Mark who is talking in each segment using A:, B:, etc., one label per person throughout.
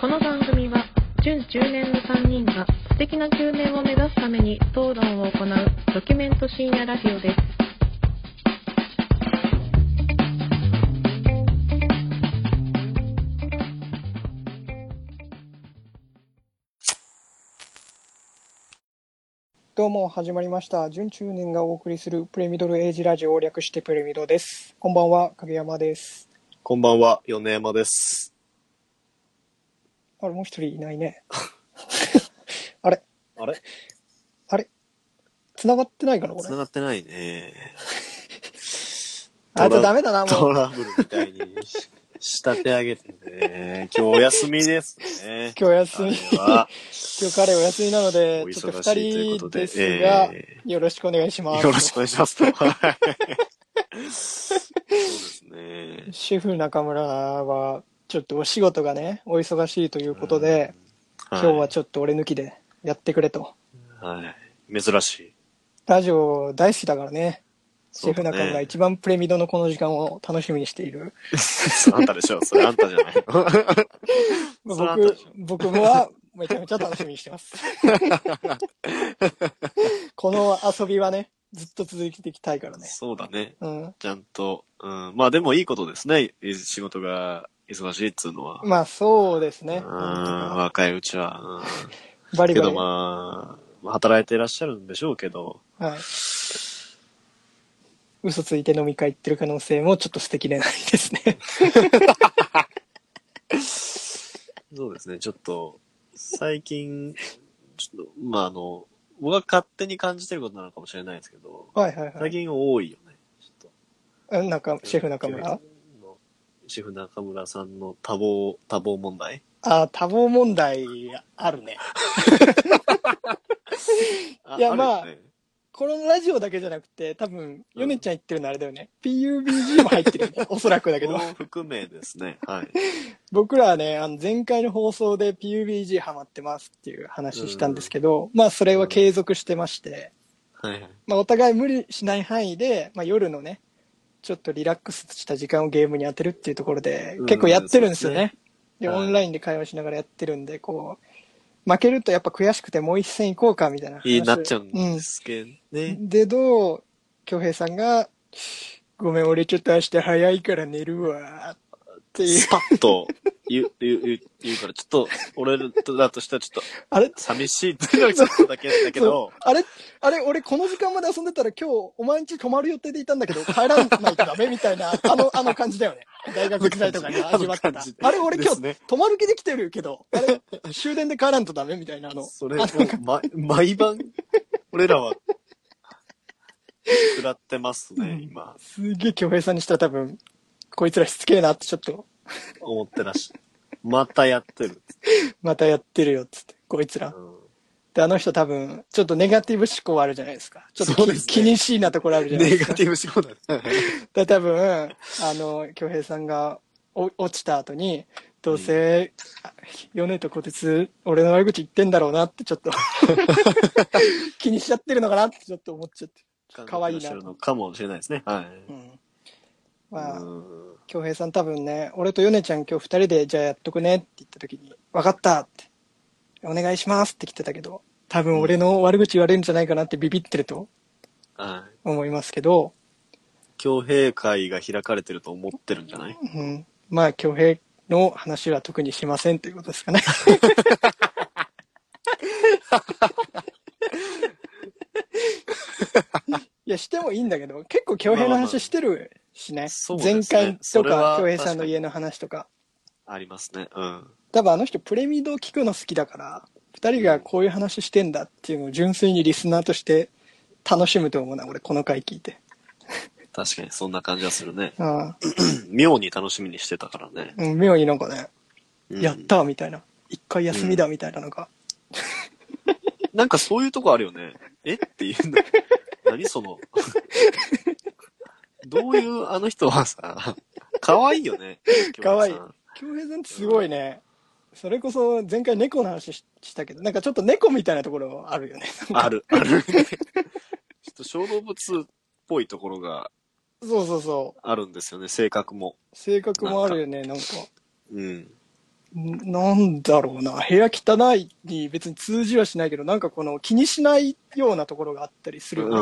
A: この番組は準10年の3人が素敵な9年を目指すために討論を行うドキュメント深夜ラジオです。
B: どうも始まりました準中年がお送りするプレミドルエイジラジオを略してプレミドですこんばんは影山です
C: こんばんは、米山です。
B: あれもう一人いないね あれ
C: あれ
B: あれ繋がってないかなこれ
C: 繋がってないね。
B: あいつダメだなも
C: ト
B: う
C: ラブルみたいにし仕立て上げてね。今日お休みですね。
B: 今日休み
C: 彼は
B: 今日彼お休みなので
C: お忙しい
B: ちょっと2人です
C: という
B: が、
C: ことでえ
B: よろしくお願いします
C: よろしくお願いします。はいそうですね。
B: 主婦中村はちょっとお仕事がねお忙しいということで、
C: うん、
B: 今日はちょっと俺抜きでやってくれと
C: はい、はい。珍しい。
B: ラジオ大好きだからねシェフ中
C: そうだね
B: 村が一番プレミドのこの時間を楽しみにしている。
C: あんたでしょそれあんたじゃない
B: ま
C: のそら
B: あ
C: あった
B: 僕
C: でしょ、
B: 僕もはめちゃめちゃ楽しみにして ます。この遊びはね、ずっと続けていきたいからね。
C: そうだね。
B: うん。
C: ちゃんと。うん、まあでもいいことですね。い仕事が忙しいっつうのは。
B: まあそうです
C: う
B: ね。
C: ん、若いうちは。うん
B: バリ
C: け
B: バ
C: ど
B: リ。
C: まあ、働いていらっしゃるんでしょうけど、
B: はい。嘘ついて飲み会行ってる可能性もちょっと捨てきれないです ね。
C: そうですね、ちょっと、最近、ちょっと、まああの、僕が勝手に感じてることなのかもしれないですけど、
B: はいはいは
C: 最
B: い
C: 近多いよね、ちょっ
B: うん。なんか、
C: と。
B: シェフ中村
C: シェフ中村さんの多忙、多忙問題
B: ああ、多忙問題あるね。いやまあ
C: るよね
B: このラジオだけじゃなくて、多分、ヨネちゃん言ってるのあれだよね。PUBG も入ってるよ ね。おそらくだけど
C: も。う含めですね、はい。
B: 僕らはね、あの、前回の放送で PUBG ハマってますっていう話したんですけど、まあ、それは継続してまして、
C: はいはい。
B: まあ、お互い無理しない範囲で、まあ、夜のね、ちょっとリラックスした時間をゲームに当てるっていうところで
C: う、ん
B: 結構やってるんですよね。で、
C: はい
B: オンラインで会話しながらやってるんで、こう、負けるとやっぱ悔しくてもう一戦行こうかみたいな話を。
C: いいなっちゃうん
B: うん
C: ですけどね。
B: で、どう、京平さんが、ごめん、俺ちょっと明日早いから寝るわ、っていう
C: ス。パッと言う、言う、言う言うから、ちょっと、俺らとしてはちょっと、
B: あれ
C: 寂しいっていうのはちょっとだけだけ
B: そ
C: ど
B: う、あれあれ俺この時間まで遊んでたら今日お前ん家泊まる予定でいたんだけど帰らないとダメみた いな、あの、あの感じだよね。大学時代とかに味わって
C: あの
B: た
C: 感じ。
B: あれ俺今
C: です
B: 日
C: ね
B: 泊まる気で来てるけど、あれ終電で帰らんとダメみたいなあの。
C: それ
B: あ
C: も
B: の感じ
C: う、ま、毎晩、俺らは、食らってます
B: うん
C: ね、今、
B: すげえ京平さんにしたら多分、こいつらしつけえなってちょっと、
C: 思ってらっしゃる。またやってる。
B: またやってるよっつって、こいつ
C: う
B: ら。
C: ん
B: で、あの人多分、ちょっとネガティブ思考あるじゃないですか。ちょっと
C: そう
B: き、
C: ですね
B: 気にしいなところあるじゃないですか。
C: ィブ思考だね。
B: だ多分あの恭平さんがお落ちた後にどうせ、ヨネとこてつ俺の悪口言ってんだろうなってちょっ と気にしちゃってるのかなってちょっと思っちゃって、可愛いな
C: 感じてらっしゃるのかもしれないですね。は
B: う
C: い。
B: ん、まあ
C: うん
B: 恭平さん多分ね俺とヨネちゃん今日二人でじゃあやっとくねって言った時に「分かった」って「お願いします」って来てたけど多分俺の悪口言われるんじゃないかなってビビってると
C: はい。
B: 思いますけど、
C: 強兵会が開かれてると思ってるんじゃない
B: うん、まあ恭平の話は特にしませんということですか ね。いや、してもいいんだけど、結構恭平の話してるしね。
C: そうですね
B: 前回と
C: それ
B: か
C: は
B: 恭平さんの家の話とか。
C: ありますね。うん。
B: 多分あの人プレミドを聞くの好きだから、二人がこういう話してんだっていうのを純粋にリスナーとして楽しむと思うな、俺この回聞いて。
C: 確かに、そんな感じはする ね。
B: あ
C: 妙に楽しみにしてたからね。
B: あ、うん妙になんかね、
C: うん
B: やったみたいな。一回休みだみたいなのが。
C: なんかそういうとこあるよね。えっていうの。何その。 どういう、あの人はさ、可愛いよね。
B: 可愛い
C: 京平さん
B: 京平さんってすごいね、それこそ前回猫の話ししたけどなんかちょっと猫みたいなところある よね
C: ある、ある。ちょっと小動物っぽいところが
B: そうそうそ
C: あるんですよね、性格も。
B: う性格もあるよねなんか
C: うん。
B: んなんだろうな、部屋汚いに別に通じはしないけど、なんかこの気にしないようなところがあったりするよね。
C: う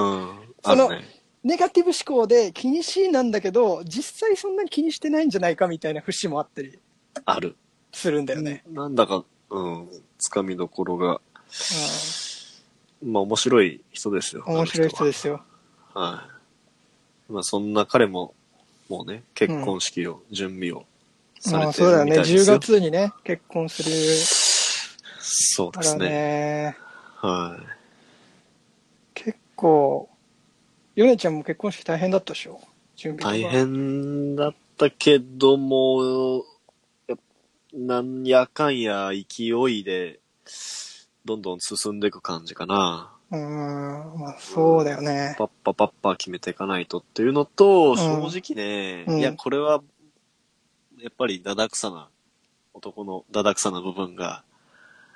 C: ん。
B: その
C: あるね
B: ネガティブ思考で気にしいなんだけど、実際そんなに気にしてないんじゃないかみたいな節もあったり
C: ある。
B: するんだよね。
C: なんだか、うん、つかみどころが、
B: う
C: まあ面白い人ですよ。。
B: ん、面白い人ですすよ。
C: はい。まあそんな彼も、もうね、結婚式を、準備を
B: ま
C: され
B: あ
C: て
B: そうだよ
C: るみ
B: ね。
C: たいで
B: 10
C: すよ。
B: 月にね、結婚する
C: そうで
B: か
C: す
B: ら
C: ね。
B: ね。
C: は
B: 結構、ヨネちゃんも結婚式大変だったでしょ準
C: い。
B: 備
C: 大
B: とか。
C: 変だったけども、やっなんやかんや勢いで、どんどん進んでいく感じかな。
B: うーん、まあそうだよね。
C: パッパパッパ決めていかないとっていうのと、
B: ん
C: 正直ね、
B: うん
C: いや、これは、やっぱり、だだくさな、男のだだくさな部分が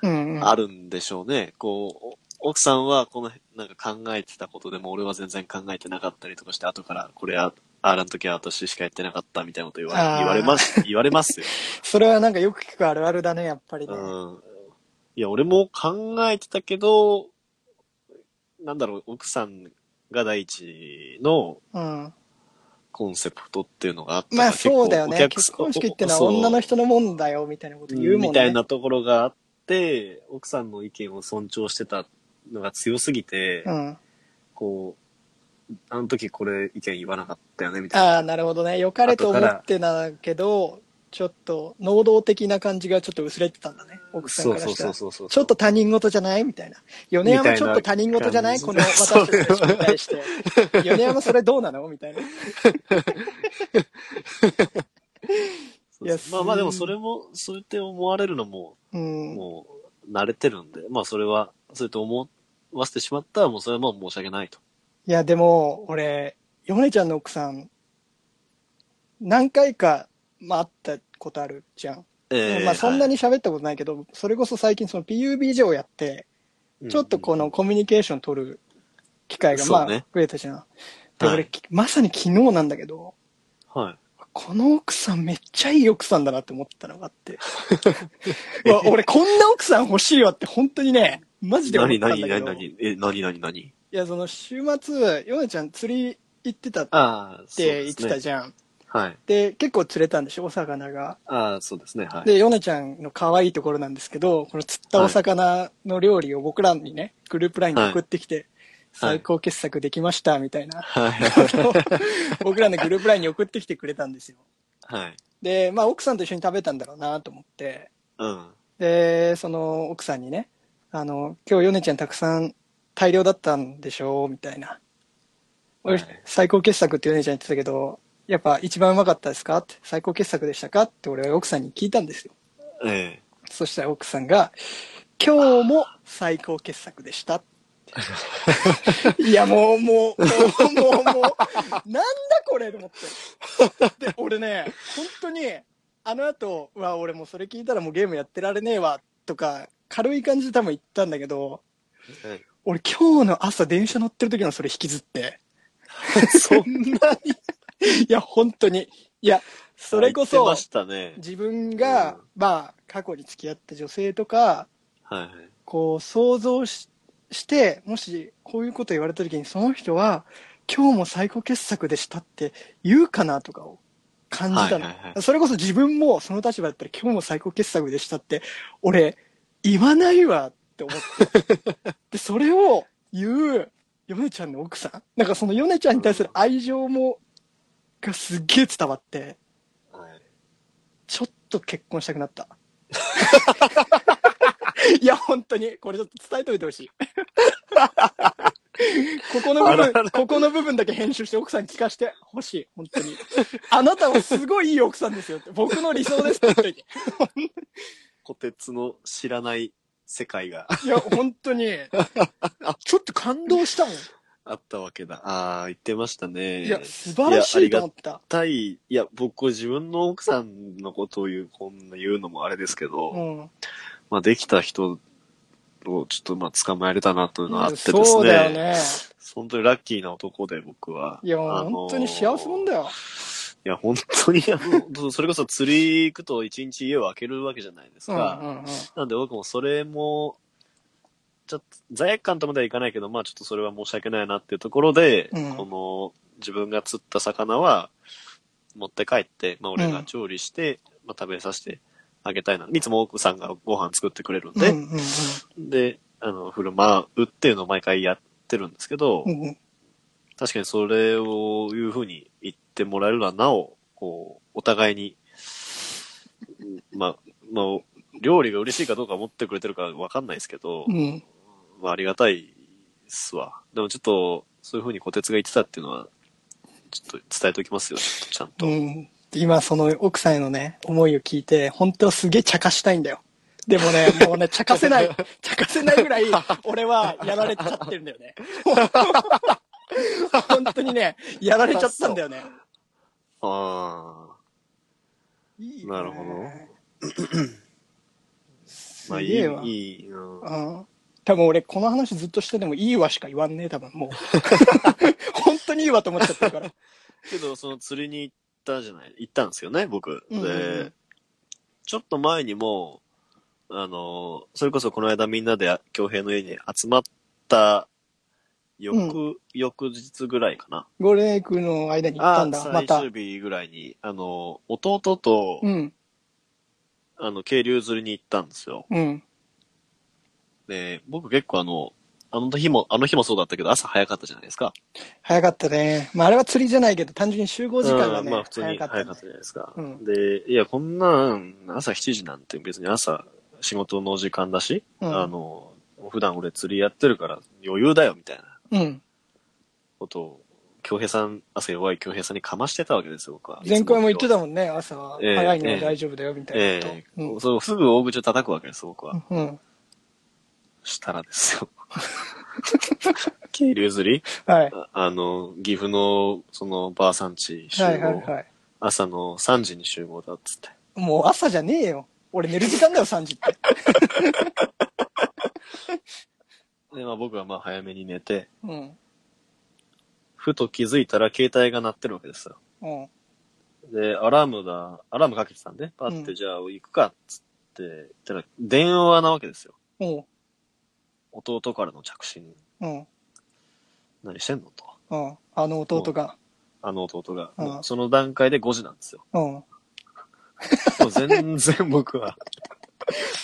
B: うん、うん。
C: あるんでしょうね。こう、お奥さんは、この、なんか考えてたことでも、俺は全然考えてなかったりとかして、後から、これあ、あらの時は私しかやってなかったみたいなこと言われ、
B: あー
C: 言われます、言わ れますよ。
B: それはなんかよく聞くあるあるだね、やっぱりね。
C: うん。いや、俺も考えてたけど、なんだろう、奥さんが第一の、
B: うん。
C: コンセプトっていうのがあったら
B: まあそうだよ
C: 結
B: ね。
C: 構お客
B: 結
C: さん
B: 婚式ってのは
C: そう
B: 女の人のもんだよ、みたいなこと言うもんね。
C: みたいなところがあって、奥さんの意見を尊重してたのが強すぎて、
B: うん。
C: こう、あの時これ意見言わなかったよね、みたいな。
B: ああ、なるほどね。良かれと思ってなけど、ちょっと、能動的な感じがちょっと薄れてたんだね。奥さん
C: そ
B: か
C: う
B: ら
C: そう
B: した
C: そ
B: ら
C: う。そうそう。
B: ちょっと他人事じゃないみたいな。米山ちょっと他人事じゃないこ
C: み
B: の
C: たいな
B: 私
C: 感
B: た
C: じ
B: ちの人に対して。米山それどうなのみたいな。
C: そうそう
B: いや
C: まあまあでもそれも、そうやって思われるのも、
B: うん。
C: もう慣れてるんで、まあそれは、そうやって思わせてしまったら、もうそれはまあ申し訳ないと。
B: いや、でも、俺、米ちゃんの奥さん、何回か、まあ、会ったことあるじゃん。
C: ええ
B: まあ、そんなに喋ったことないけど、それこそ最近その PUBG をやって、
C: はい
B: ちょっとこのコミュニケーション取る機会が、
C: そう
B: まあ、
C: ね
B: 増えたじゃん。で、
C: はい
B: 俺、きまさに昨日なんだけど、
C: うんはい。
B: この奥さんめっちゃいい奥さんだなって思ってたのがあ って。うわ俺こんな奥さん欲しいわって本当にね、マジで思っ
C: 何
B: たんだ
C: 何
B: けど。
C: 何何え、何何何
B: いや、その週末、ヨネちゃん釣り行ってたっ
C: ああ、そう
B: て
C: で
B: 言っ
C: す
B: て
C: ね
B: たじゃん。
C: はい。
B: で、結構釣れたんでしょ、お魚が。
C: ああ、そうですね。はい。
B: で、ヨネちゃんの可愛いところなんですけど、この釣ったお魚の料理を僕らにね、グループラインで送ってきて、最高傑作できました、みたいな、
C: はい。
B: 僕らのグループラインに送ってきてくれたんですよ。
C: はい。
B: で、まあ奥さんと一緒に食べたんだろうなと思って、
C: うん。
B: で、その奥さんにね、あの、今日ヨネちゃんたくさん大量だったんでしょうみたいな。俺、
C: はい
B: 最高傑作ってヨネちゃん言ってたけど、やっぱ一番うまかったですかって、最高傑作でしたかって俺は奥さんに聞いたんですよ。
C: え
B: そしたら奥さんが、今日も最高傑作でした。いや、もう、もう、もう、もう、もう、なんだこれと思って。で、俺ね、本当に、あの後、うわ、俺もうそれ聞いたらもうゲームやってられねえわ、とか、軽い感じで多分言ったんだけど、
C: えはい。
B: 俺今日の朝電車乗ってる時のそれ引きずって。
C: そんなに
B: いや、本当に。いや、それこ
C: 言って
B: そ
C: ま、したね。
B: 自分が
C: うん、
B: まあ、過去に付き合った女性とか、
C: はいはい。
B: こう想像ししてもしこういうこと言われた時にその人は今日も最高傑作でしたって言うかなとかを感じたの、
C: はいはいは
B: それこそ自分もその立場だったら今日も最高傑作でしたって俺言わないわって思って でそれを言うヨネちゃんの奥さんなんかそのヨネちゃんに対する愛情もがすっげえ伝わって
C: はい
B: ちょっと結婚したくな った。いや、本当に、これちょっと伝えといてほし い。ここの部
C: あらあ
B: 分、ここの部分だけ編集して奥さんに聞かせてほしい。本当に。あなたはすごいいい奥さんですよって。僕の理想ですって言っといて。
C: 小鉄の知らない世界が
B: いや、本当に。ちょっと感動したもん。
C: あったわけだ。ああ、言ってましたね。
B: いや、素晴らしいと思った。
C: 対、いや、僕、自分の奥さんのことを言う、こんな言うのもあれですけど、
B: うん。
C: まあ、できた人をちょっと、まあ、捕まえれたなというのはあってですね。
B: そうだよね。
C: 本当にラッキーな男で、僕は。
B: いや、
C: あのー
B: 本当に幸せもんだよ。
C: いいや、本当に、 もうそれこそ釣り行くと一日家を空けるわけじゃないです
B: うん
C: か。
B: うんうん
C: なんで僕もそれも、ちょっと罪悪感とまではいかないけど、まあちょっとそれは申し訳ないなっていうところで、
B: うん
C: この自分が釣った魚は持って帰って、まあ俺が調理して、まあ食べさせてあげたいな。いつも奥さんがご飯作ってくれるん
B: うんう
C: で、
B: んうん
C: で、あの、振る舞うっていうのを毎回やってるんですけど、
B: うんうん
C: 確かにそれをいうふうに言ってもらえるのはなお、こう、お互いに、うんまあ、まあ、料理が嬉しいかどうか思ってくれてるかわかんないですけど、
B: うん
C: まあありがたいっすわ。でもちょっと、そういうふうに小鉄が言ってたっていうのは、ちょっと伝えておきますよ、ちょっとちゃんと。
B: うん、今その奥さんへのね、思いを聞いて、本当はすげえ茶化したいんだよ。でもね、もうね、茶化せない、茶化せないぐらい、俺はやられちゃってるんだよね。本当にね、やられちゃったんだよね。
C: ああ、
B: いいね
C: なるほど。
B: す
C: まあい
B: げ
C: い、
B: えわ。
C: いい、うん
B: うん多分俺この話ずっとしててもいいわしか言わんねえ多分 もう本当にいいわと思っちゃってるから
C: けど、その釣りに行ったじゃない、行ったんですよね、僕。
B: うんうんう
C: で
B: ん、
C: ちょっと前にも、あの、それこそこの間みんなで京平の家に集まった翌、翌日ぐらいかな。
B: ゴールデンウィークの間に行った
C: あ
B: んだま
C: 最
B: た
C: 終日ぐらいに、あの、弟と、
B: うん
C: あの、渓流釣りに行ったんですよ。
B: うん
C: で、僕結構あの、あの日も、あの日もそうだったけど、朝早かったじゃないですか。
B: 早かったね。まあ、あれは釣りじゃないけど、単純に集合時間が
C: うん
B: ね、
C: まあ普通に
B: 早か
C: 早か
B: っ
C: ったた
B: ね、
C: じゃないですか。
B: うん
C: で、いや、こんなん、朝7時なんて別に朝、仕事の時間だし、
B: うん
C: あの、普段俺釣りやってるから余裕だよみたいな
B: うん。
C: ことを、京平さん、朝弱い京平さんにかましてたわけですよ、僕は。
B: 前回も言って
C: いつ
B: たもんね、朝は。
C: ええ
B: 早いのは大丈夫だよ、みた
C: え
B: いな
C: え
B: こと。
C: そう、すぐ大口を叩くわけです、僕は。
B: うん。うん。
C: したらですよ。渓流釣り
B: はい。
C: ああの、岐阜の、その、ばあさんち集合、
B: はいはいはい。
C: 朝の3時に集合だっつって。
B: もう朝じゃねえよ。俺寝る時間だよ、3時って。
C: で、まあ僕はまあ早めに寝て、
B: うん。
C: ふと気づいたら携帯が鳴ってるわけですよ。
B: うん。
C: で、アラームだ、アラームかけてたんで、パっ
B: う
C: て、
B: ん
C: じゃあ行くか、っつって、言ったら、電話なわけですよ。
B: うん。
C: 弟からの着信、
B: うん。
C: 何してんのと。
B: うん。あの弟が。
C: あの弟が。
B: うん
C: もうその段階で5時なんですよ。
B: うん。
C: もう全然 僕は、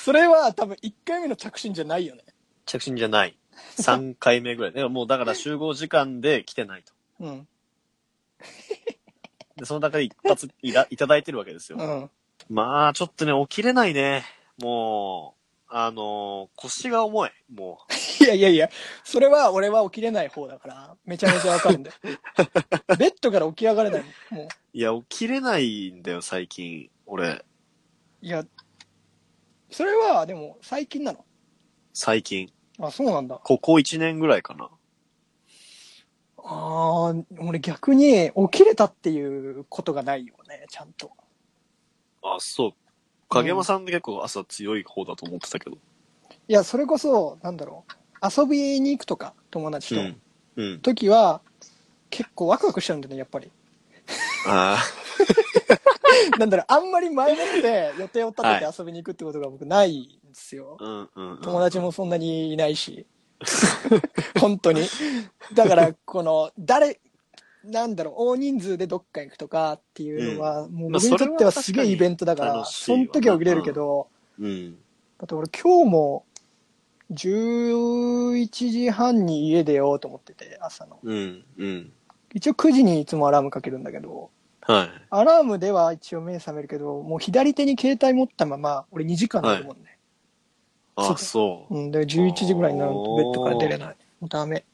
B: それは多分1回目の着信じゃないよね。
C: 着信じゃない。3回目ぐらい。だからもうだから集合時間で来てないと。
B: うん。
C: で、その中で一発いらいただいてるわけですよ。
B: うん。
C: まあ、ちょっとね、起きれないね。もう、あのー腰が重い。もう。
B: いやいやいや、それは俺は起きれない方だから、めちゃめちゃわかるん だよ。ベッドから起き上がれないもん。もう。
C: いや、起きれないんだよ、最近。俺。
B: いや、それはでも最近なの。
C: 最近。
B: あ、そうなんだ。
C: ここ1年ぐらいかな。
B: ああ、俺逆に起きれたっていうことがないよね、ちゃんと。
C: あ、そう。影山さんって結構朝強い方だと思ってたけど。
B: いや、それこそ、なんだろう、遊びに行くとか、友達と、
C: うん。うん。
B: 時は、結構ワクワクしちゃうんだよね、やっぱり。
C: あ
B: なんだろう、あんまり前もって予定を立て
C: は
B: て遊びに行くってことが僕ないんですよ。
C: あ。うんうん、うん。
B: 友達もそんなにいないし。 本当に。だから、この、誰、なんだろう、大人数でどっか行くとかっていうのは、もう
C: まあ
B: 僕にとってはすげえ
C: それは確かに
B: イベントだから、
C: 楽しい
B: そ
C: わ
B: の時は起きれるけど、
C: うん。
B: だって俺今日も、11時半に家出ようと思ってて、朝の。
C: うん。うん。
B: 一応9時にいつもアラームかけるんだけど、
C: はい。
B: アラームでは一応目覚めるけど、もう左手に携帯持ったまま、俺2時間だと思うんね。
C: あ、そ
B: うん、で、11時ぐらいになるとベッドから出れない。もうダメ。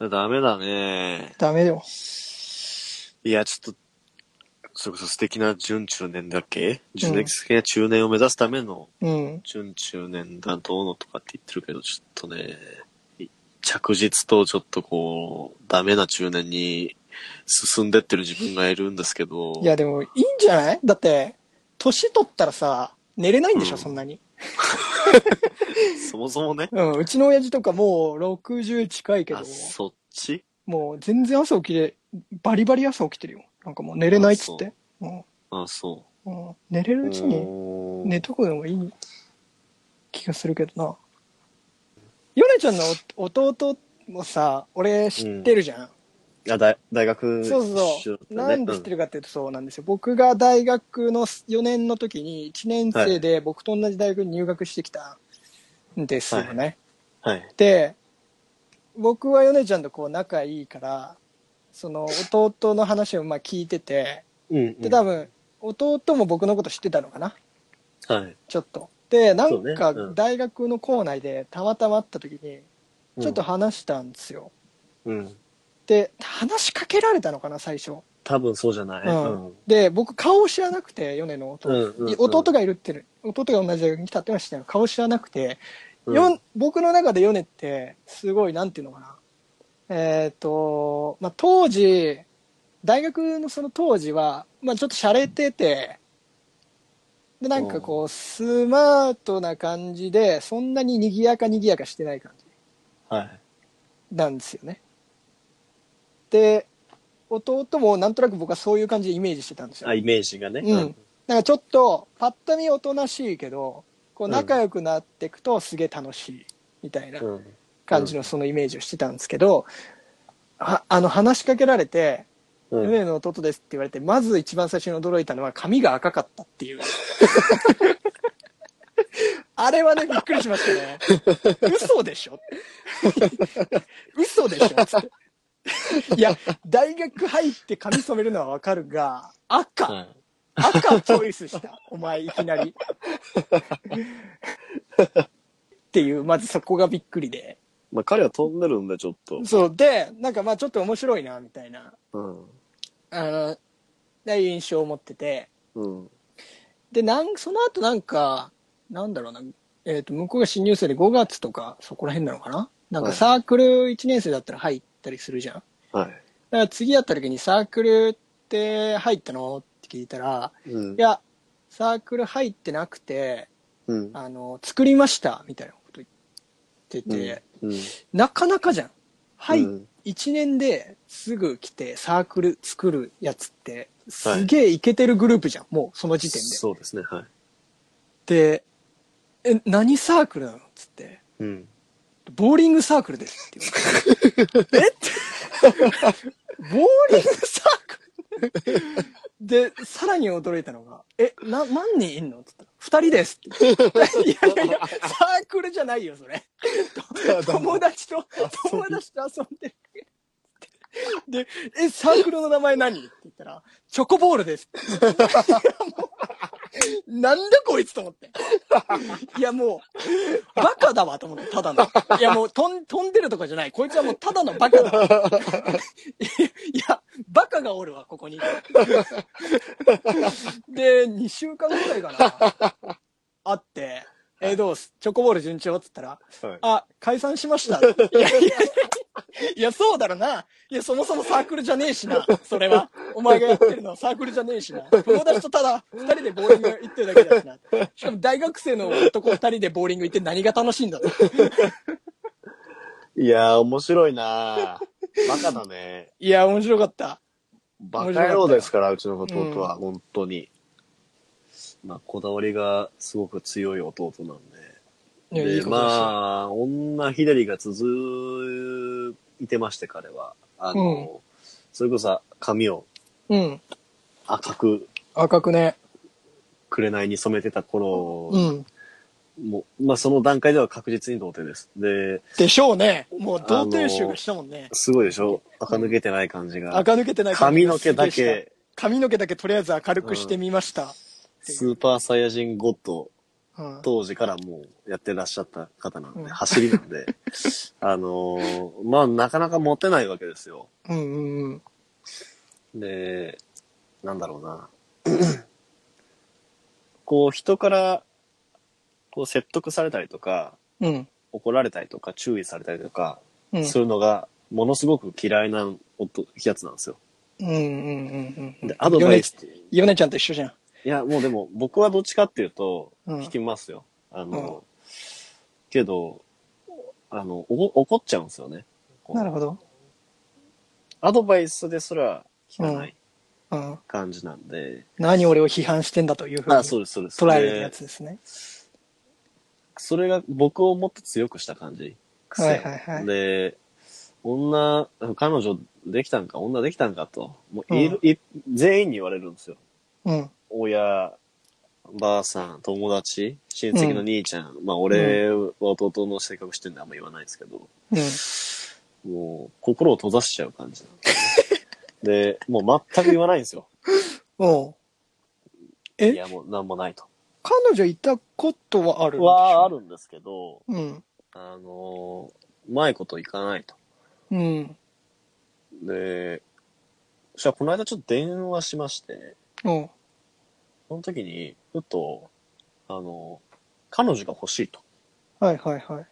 C: う。ダメだね。
B: ダメよ。
C: いや、ちょっと、それこそ素敵な準中年だっけ素敵な中年を目指すための
B: うん。
C: 準中年だどうのとかって言ってるけど、ちょっとね、い着実とちょっとこう、ダメな中年に進んでってる自分がいるんですけど、
B: いや、でも、いいんじゃないだって、年取ったらさ、寝れないんでしょ、
C: うん
B: そんなに。
C: そもそもね、
B: うん、うちの親父とかもう60近いけど
C: あ、、そっち
B: もう全然朝起きれ、バリバリ朝起きてるよ。なんかもう寝れないっつって。うん
C: あ、そ
B: うん寝れ
C: う。
B: るうちに
C: おー
B: 寝とくのもいい気がするけどな。ヨネちゃんのお弟もさ、俺知ってるじゃん。
C: あ、大大学
B: そうそう。なんで知ってるかっていうとそうなんですよ。僕が大学の4年の時に1年生で僕と同じ大学に入学してきたんですよね。
C: うんはい。
B: で僕は米ちゃんとこう仲いいからその弟の話をまあ聞いてて
C: うん、うん。
B: で多分弟も僕のこと知ってたのかな
C: はい。
B: ちょっとでな
C: そうんね
B: か
C: うん
B: 大学の校内でたまたま会った時に
C: うん
B: ちょっと、話したんですよ、
C: うん。
B: で話しかけられたのかな最初、
C: 多分そうじゃない。
B: うんで僕顔を知らなくて米の弟、
C: うんうんうん
B: 弟がいるってる弟が同じ大学に来たってのは知ってる顔知らなくて、
C: うん
B: よん僕の中でヨネってすごいなんていうのかなえっ、と、まあ、当時大学のその当時は、まあ、ちょっと洒落ててでなんかこうスマートな感じでそんなに賑やか賑やかしてない感じ
C: はい。
B: なんですよねで弟もなんとなく僕はそういう感じでイメージしてたんですよ
C: あ、イメージがね。
B: うんなんかちょっとパッと見おとなしいけどこう
C: うん
B: 仲良くなっていくとすげえ楽しいみたいな
C: うん。うん
B: 感じのそのイメージをしてたんですけど、ああの話しかけられて「
C: うん
B: 夢の弟です」って言われてまず一番最初に驚いたのは髪が赤かったって いうあれはねびっくりしましたね嘘で しょ嘘でしょつっていや大学入って髪染めるのはわかるが赤、
C: はい
B: 赤チョイスした。お前、いきなり。っていう、まずそこがびっくりで。
C: まあ、彼は飛んでるんで、ちょっと。
B: そう。で、なんかまあちょっと面白いな、みたいな、
C: うん。
B: あの、な印象を持ってて。
C: うん。
B: で、なん、その後なんか、なんだろうな、えっ、と、向こうが新入生で5月とか、そこら辺なのかななんか
C: はい
B: サークル1年生だったら入ったりするじゃん。だ
C: はい。
B: から次やった時にサークルって入ったのって聞いたら、
C: うん
B: い。や、サークル入ってなくて、
C: うん。
B: あの、作りました、みたいなこと言ってて、
C: うん、
B: なかなかじゃん。はい、
C: うん
B: 1年ですぐ来てサークル作るやつって、すげえイケてるグループじゃん、もうその時点
C: そうですね、はい。
B: で。で、え、何サークルなのつって、
C: うん。
B: ボーリングサークルですって言わ れて。えって、ボーリングサークルで、さらに驚いたのが、え、な、何人いんのつって二人ですって言って。いやいやいや、サークルじゃないよ、それ。 友達と、友達と遊んでる。で、え、サークルの名前何って言ったら、チョコボールですって。いやもう なんだこいつと思って。いやもう、バカだわと思って、ただの。いやもう、とん飛んでるとかじゃない。こいつはもうただのバカだわ。いや、バカがおるわ、ここに。で、2週間ぐらいかな。あって、え、どうすチョコボール順調って言ったら、
C: はい。
B: あ、解散しました。いやいやいや、いやそうだろな。いや、そもそもサークルじゃねえしな。それは。お前がやってるのはサークルじゃねえしな。友達とただ二人でボーリング行ってるだけだしな。しかも大学生の男二人でボーリング行って何が楽しいんだと。
C: いやー、面白いなー バカだね。
B: いや、面白かった。
C: バカ野郎ですから、うちの弟は、本当に。まあ、こだわりがすごく強い弟なんで。
B: いや、
C: で
B: いいことでした。
C: まあ、女ひねりが続いてまして、彼は。あの、それこそ髪を
B: うん。
C: 赤く
B: 赤くね。
C: 紅に染めてた頃、
B: うん。
C: もう、まあその段階では確実に童貞です。で、
B: でしょうね。もう童貞集がしたもんね。
C: すごいでしょ垢抜けてない感じが。
B: 赤抜けてない感じ
C: 髪
B: が
C: の毛だ
B: すげえした。
C: け、
B: 髪の毛だけとりあえず明るくしてみました。
C: スーパーサイヤ人ゴッド、
B: うん。
C: 当時からもうやってらっしゃった方なんで、
B: うん
C: 走り なんで、あのーまあなかなかモテないわけですよ。
B: うんうんうん。
C: で、なんだろうな。 こう、人から、こう、説得されたりとか、
B: うん。
C: 怒られたりとか、注意されたりとか、
B: うん。
C: するのが、ものすごく嫌いな音やつなんですよ。
B: うんうんうんうん。
C: で、アドバイス。
B: ヨネちゃんと一緒じゃん。
C: いや、もうでも、僕はどっちかっていうと、
B: うん
C: 聞きますよ。あの、けど、あの、おこ怒っちゃうんですよね。こう
B: ほど。
C: アドバイスですら聞かない。
B: うん、
C: 感じなんで。
B: 何俺を批判してんだというふうに
C: あ、そう
B: 捉
C: です、そうです。
B: えるやつ
C: で
B: ですね。
C: それが僕をもっと強くした感じ。癖
B: はいはいはい
C: で、女、彼女できたんか、女できたんかと。もういる、い全員に言われるんですよ。
B: うん。
C: 親、ばあさん、友達、親戚の兄ちゃん。まあ、俺は弟の性格してるんであんま言わないですけど。
B: うん。
C: もう、心を閉ざしちゃう 感じなんですねで、もう全く言わないんですよ。
B: おうえ
C: いや、もうなんもないと。
B: 彼女いたことはあるんでしょ
C: は、あるんですけど、
B: うん。
C: あのーうまいこといかないと。
B: うん。
C: で、そしたらこの間ちょっと電話しまして、
B: おう
C: その時に、ふと、あのー彼女が欲しいと。
B: はいはいは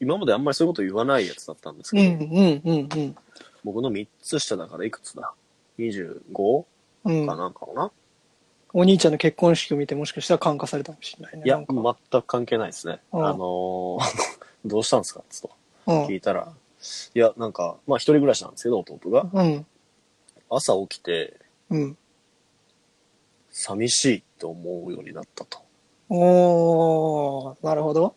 C: 今まであんまりそういうこと言わないやつだったんです
B: い。う
C: けど、
B: んうんうんうん。
C: 僕の3つ下だからいくつだ ?25
B: うん
C: か、なんかかな、
B: お兄ちゃんの結婚式を見てもしかしたら感化されたかもしれないね。
C: いや、
B: なんか
C: 全く関係ないですね。あ
B: うん
C: のー どうしたんですかつと。
B: うん
C: 聞いたら、いや、なんか、まあ一人暮らしなんですけど、弟が。
B: うん。
C: 朝起きて、
B: うん。
C: 寂しいと思うようになったと。
B: おー、なるほど。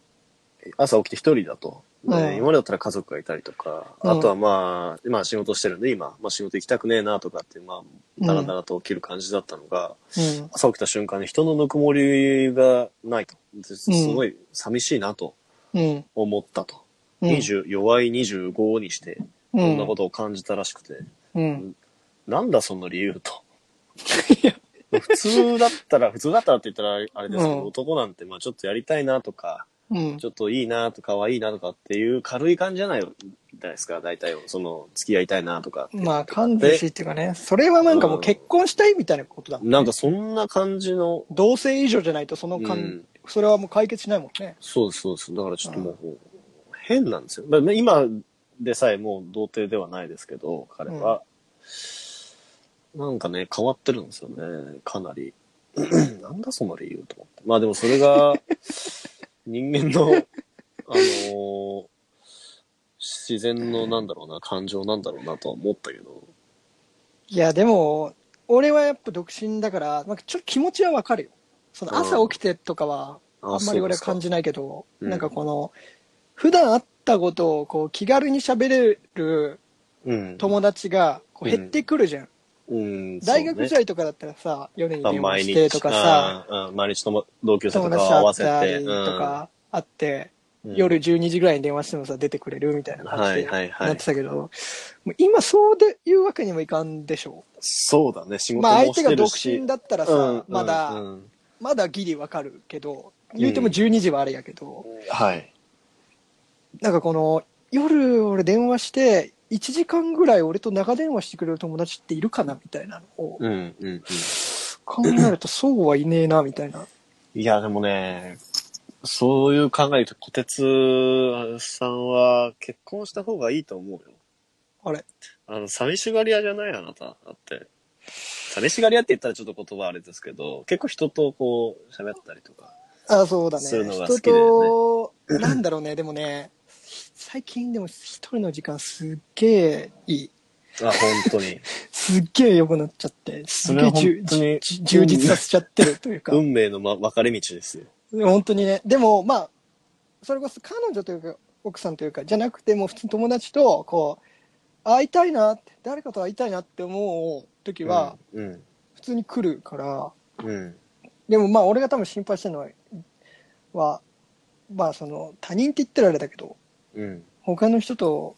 C: 朝起きて一人だと。で
B: うん
C: 今までだったら家族がいたりとか、
B: うん
C: あとはまあ、今仕事してるんで今、まあ仕事行きたくねえなとかって、まあ、だらだらと起きる感じだったのが、
B: うん。
C: 朝起きた瞬間に人のぬくもりがないと。です
B: うん
C: ごい寂しいなと
B: うん。
C: 思ったと。
B: うん。
C: 20弱い25にして、
B: う
C: こ
B: ん
C: んなことを感じたらしくて、
B: うん。
C: なんだその理由 と。普通だったら、普通だったらって言ったらあれですけど、
B: うん
C: 男なんてまあちょっとやりたいなとか、
B: うん
C: ち。ょっといいなとか、可愛いなとかっていう軽い感じじゃないですか、大体。その、付き合いたいなとかって。
B: まあ、感じしいっていうかね、それはなんかもう結婚したいみたいなことだもん。
C: なんかそんな感じの、
B: 同性以上じゃないとその感、
C: うん
B: それはもう解決しないもんね。
C: そうです、そうです。だからちょっともう、変なんですよ。まあ今でさえもう童貞ではないですけど、彼は。なんかね、変わってるんですよね、かなり。 なんだその理由と思って。まあでもそ れが、人間の、あのー自然のなんだろうな、感情なんだろうなとは思ったけど。
B: いや、でも、俺はやっぱ独身だから、なんかちょっと気持ちはわかるよ。その朝起きてとかは、
C: あ
B: あんまり俺は
C: そう
B: 感
C: ですか
B: じないけど、
C: うん
B: なんかこの、普段会ったことをこう気軽に喋れる
C: うん。
B: 友達がこう
C: うん
B: 減ってくるじゃん。
C: うん、
B: 大学時
C: 代
B: 代とかだったらさ、夜に
C: あ
B: 電話
C: 毎
B: して
C: 日
B: とかさ、、
C: あうん、毎日とも同級生と
B: 友
C: か
B: 達と
C: 合わせ
B: 会った
C: て、
B: りとかあって、
C: うん、
B: 夜12時ぐらいに電話してもさ出てくれるみたいな感じで
C: はいはいはい
B: なってたけど、もう今そうでいうわけにもいかんでしょ
C: そうだね、仕
B: う、
C: 事
B: まあ、相
C: も
B: 手
C: し
B: が
C: て
B: 独
C: るし。
B: 身だったらさ、
C: うん
B: まだ、
C: うんうん
B: まだギリわかるけど言うても12時はあれやけど、
C: はい。
B: なんかこの夜俺電話して1時間ぐらい俺と長電話してくれる友達っているかなみたいなのを
C: うん、うん、うん。
B: 考えるとそうはいねえなみたいな。
C: いや、でもね、そういう考えると、小鉄さんは結婚した方がいいと思うよ。
B: あれ
C: あの、寂しがり屋じゃないあなた。だって。寂しがり屋って言ったらちょっと言葉あれですけど、結構人とこう、喋ったりとか。
B: あそうだね
C: そういうのが好
B: 人
C: きだ
B: と
C: よ、
B: なんだろうねでもね最近でも一人の時間すっげえいい
C: あ、本当に。
B: すっげえ良くなっちゃって、す
C: そ
B: っ
C: れ
B: げえ
C: は
B: 充
C: 本当に
B: 充充実させちゃってるというか、
C: 運命の、ま、分かれ道ですよ。
B: 本当にね、でもまあ、それこそ彼女というか、奥さんというか、じゃなくて、もう普通に友達と、こう、会いたいなって、誰かと会いたいなって思う時は、
C: うん、
B: 普通に来るから、
C: うん、
B: でもまあ、俺が多分心配してるのは、はまあ、その、他人って言ったらあれだけど、
C: うん。
B: 他の人と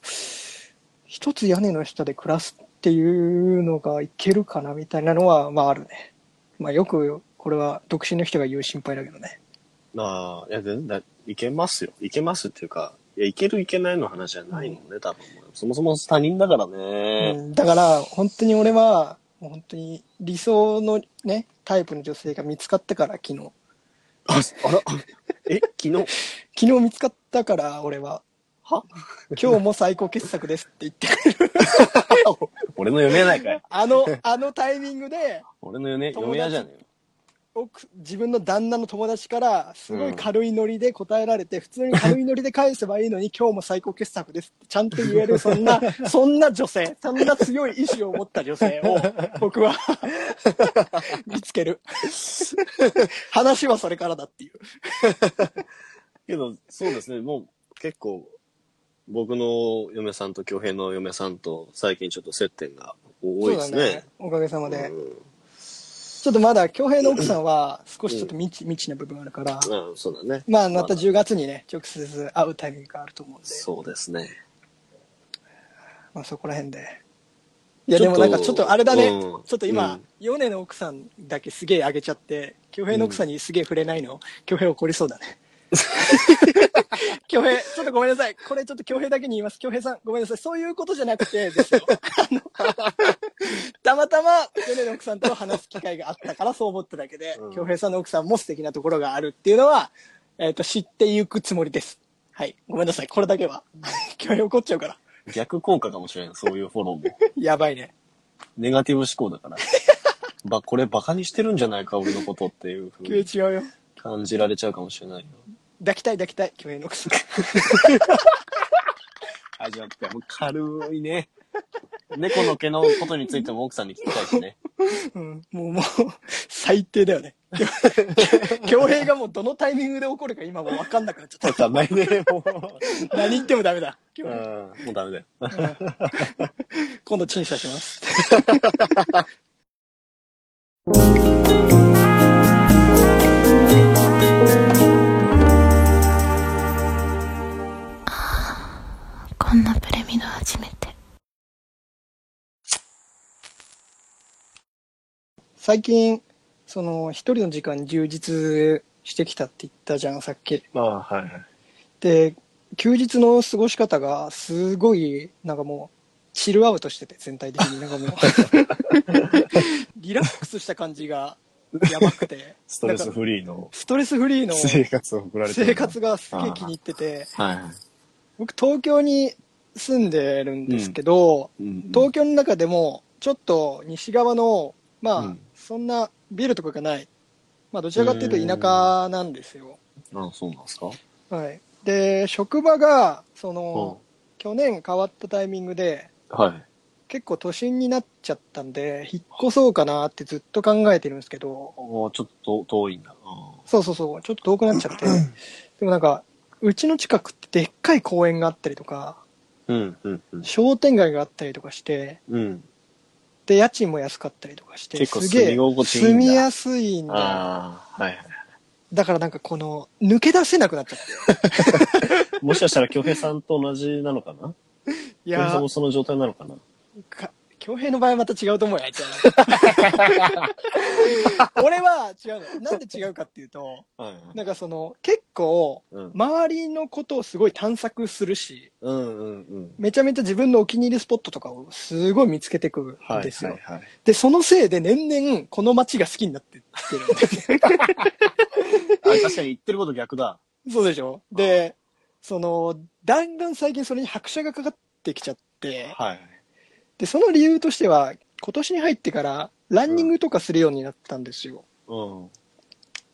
B: 一つ屋根の下で暮らすっていうのがいけるかなみたいなのはまああるねまあよくこれは独身の人が言う心配だけどね
C: まあ、いや、全然、いけますよ。いけますっていうか、いや、いけるいけないの話じゃないもんね、多分。そもそも他人だから
B: う
C: ね。
B: んだから本当に俺はもう本当に理想のねタイプの女性が見つかったから昨日
C: あ、あら、え、昨日、
B: 昨日見つかったから俺は
C: は
B: 今日も最高傑作ですって言ってくれる
C: 俺の嫁やないかい。
B: あのあのタイミングで
C: 俺の嫁、嫁やじゃねえよ。
B: 奥自分の旦那の友達からすごい軽いノリで答えられて、普通に軽いノリで返せばいいのに今日も最高傑作ですってちゃんと言えるそ んなそんな女性そんな強い意志を持った女性 を僕は 見つける話はそれからだっていう
C: けど、そうですね、もう結構、僕の嫁さんと京平の嫁さんと最近ちょっと接点が多いです
B: そうだ
C: ね。
B: おかげさまで、
C: うん
B: ちょっとまだ恭平の奥さんは少しちょっと未知,、未知な部分あるから、
C: うん、そうだね。
B: まあまた10月にね直接会うタイミングがあると思うんで
C: そうですね。
B: まあそこら辺で。いや
C: ち
B: で
C: ょっ
B: も
C: と
B: なんかちょっとあれだね、
C: うん
B: ちょっと
C: う
B: 今
C: ん、
B: ヨネの奥さんだけすげえ上げちゃって、恭平の奥さんにすげえ触れないの、恭平怒りそうだ ね。恭平、ちょっとごめんなさい。これちょっと恭平だけに言います。恭平さん、ごめんなさい。そういうことじゃなくて ですよ。あのたまたま、ヨネの奥さんと話す機会があったからそう思っただけで
C: う、ん
B: 恭、平さんの奥さんも素敵なところがあるっていうのは、えっ、と、知っていくつもりです。はい。ごめんなさい。これだけは。 恭平怒っちゃうから。
C: 逆効果かもしれない、そういうフォローも。
B: やばいね。
C: ネガティブ思考だ から。ば、これバカにしてるんじゃないか、俺のことっていうふう
B: 急に
C: に
B: 違うよ。
C: 感じられちゃうかもしれないよ。
B: 抱きたい抱きたい、共演の奥さん。
C: あ、じゃあ、もう軽いね。 猫の毛のことについても奥さんに聞きたいしね。
B: うん、もう、もう、最低だよ ね。共平がもうどのタイミングで起こるか今もう分かんなくなっちゃっ
C: ダメね、も
B: た。何言ってもダメ だ。
C: う。う
B: 恭
C: ん
B: 平、
C: もうダメだよ。
B: 今度陳謝します。
D: こんなプレミド初めて。
B: 最近、その、一人の時間に充実してきたって言ったじゃん、さっき。
C: まあ、はいはい。
B: で、休日の過ごし方が、すごい、なんかもう、チルアウトしてて、全体的に。なんかもう、リラックスした感じが、やばくて。
C: ストレスフリーの
B: ストレスフリーの
C: 生活を送られてる
B: 生活がすげえ気に入ってて、
C: はいはい。
B: 僕東京に住んでるんですけど、
C: うん
B: 東京の中でもちょっと西側の、まあ、
C: うん
B: そんなビルとかがない、まあどちらかというと田舎なんですよ。
C: あそうなんですか
B: はい。で、職場が、その、去年変わったタイミングで、
C: はい。
B: 結構都心になっちゃったんで、引っ越そうかなってずっと考えてるんですけど、
C: おちょっと遠いんだ。
B: そうそうそう、ちょっと遠くなっちゃ って。でもなんか、うちの近くってでっかい公園があったりとか、
C: うん、うん、うん。
B: 商店街があったりとかして、
C: うん。
B: で、家賃も安かったりとかして、
C: 結構
B: すげえ
C: 住み心地いいんだ
B: 住みやすいんだ。
C: ああ、はいはい。
B: だからなんかこの、抜け出せなくなっちゃって。
C: もしかしたら、京平さんと同じなのかない京平さ
B: や
C: んもその状態なのかな
B: ー、恭平の場合はまた違うと思うよ、あいつは 俺は違うの。なんで違うかっていうと、
C: はいはい。
B: なんかその、結構、
C: うん、
B: 周りのことをすごい探索するし、
C: うん、うん、うん。
B: めちゃめちゃ自分のお気に入りスポットとかをすごい見つけてくるん
C: はい、
B: ですよ。
C: はい、はい。
B: で、そのせいで年々この街が好きになってってるんです
C: あ確かに言ってること逆だ。
B: そうでしょで、 その、だんだん最近それに拍車がかかってきちゃって、
C: はい。
B: で、その理由としては、今年に入ってからランニングとかするようになったんですよ。
C: う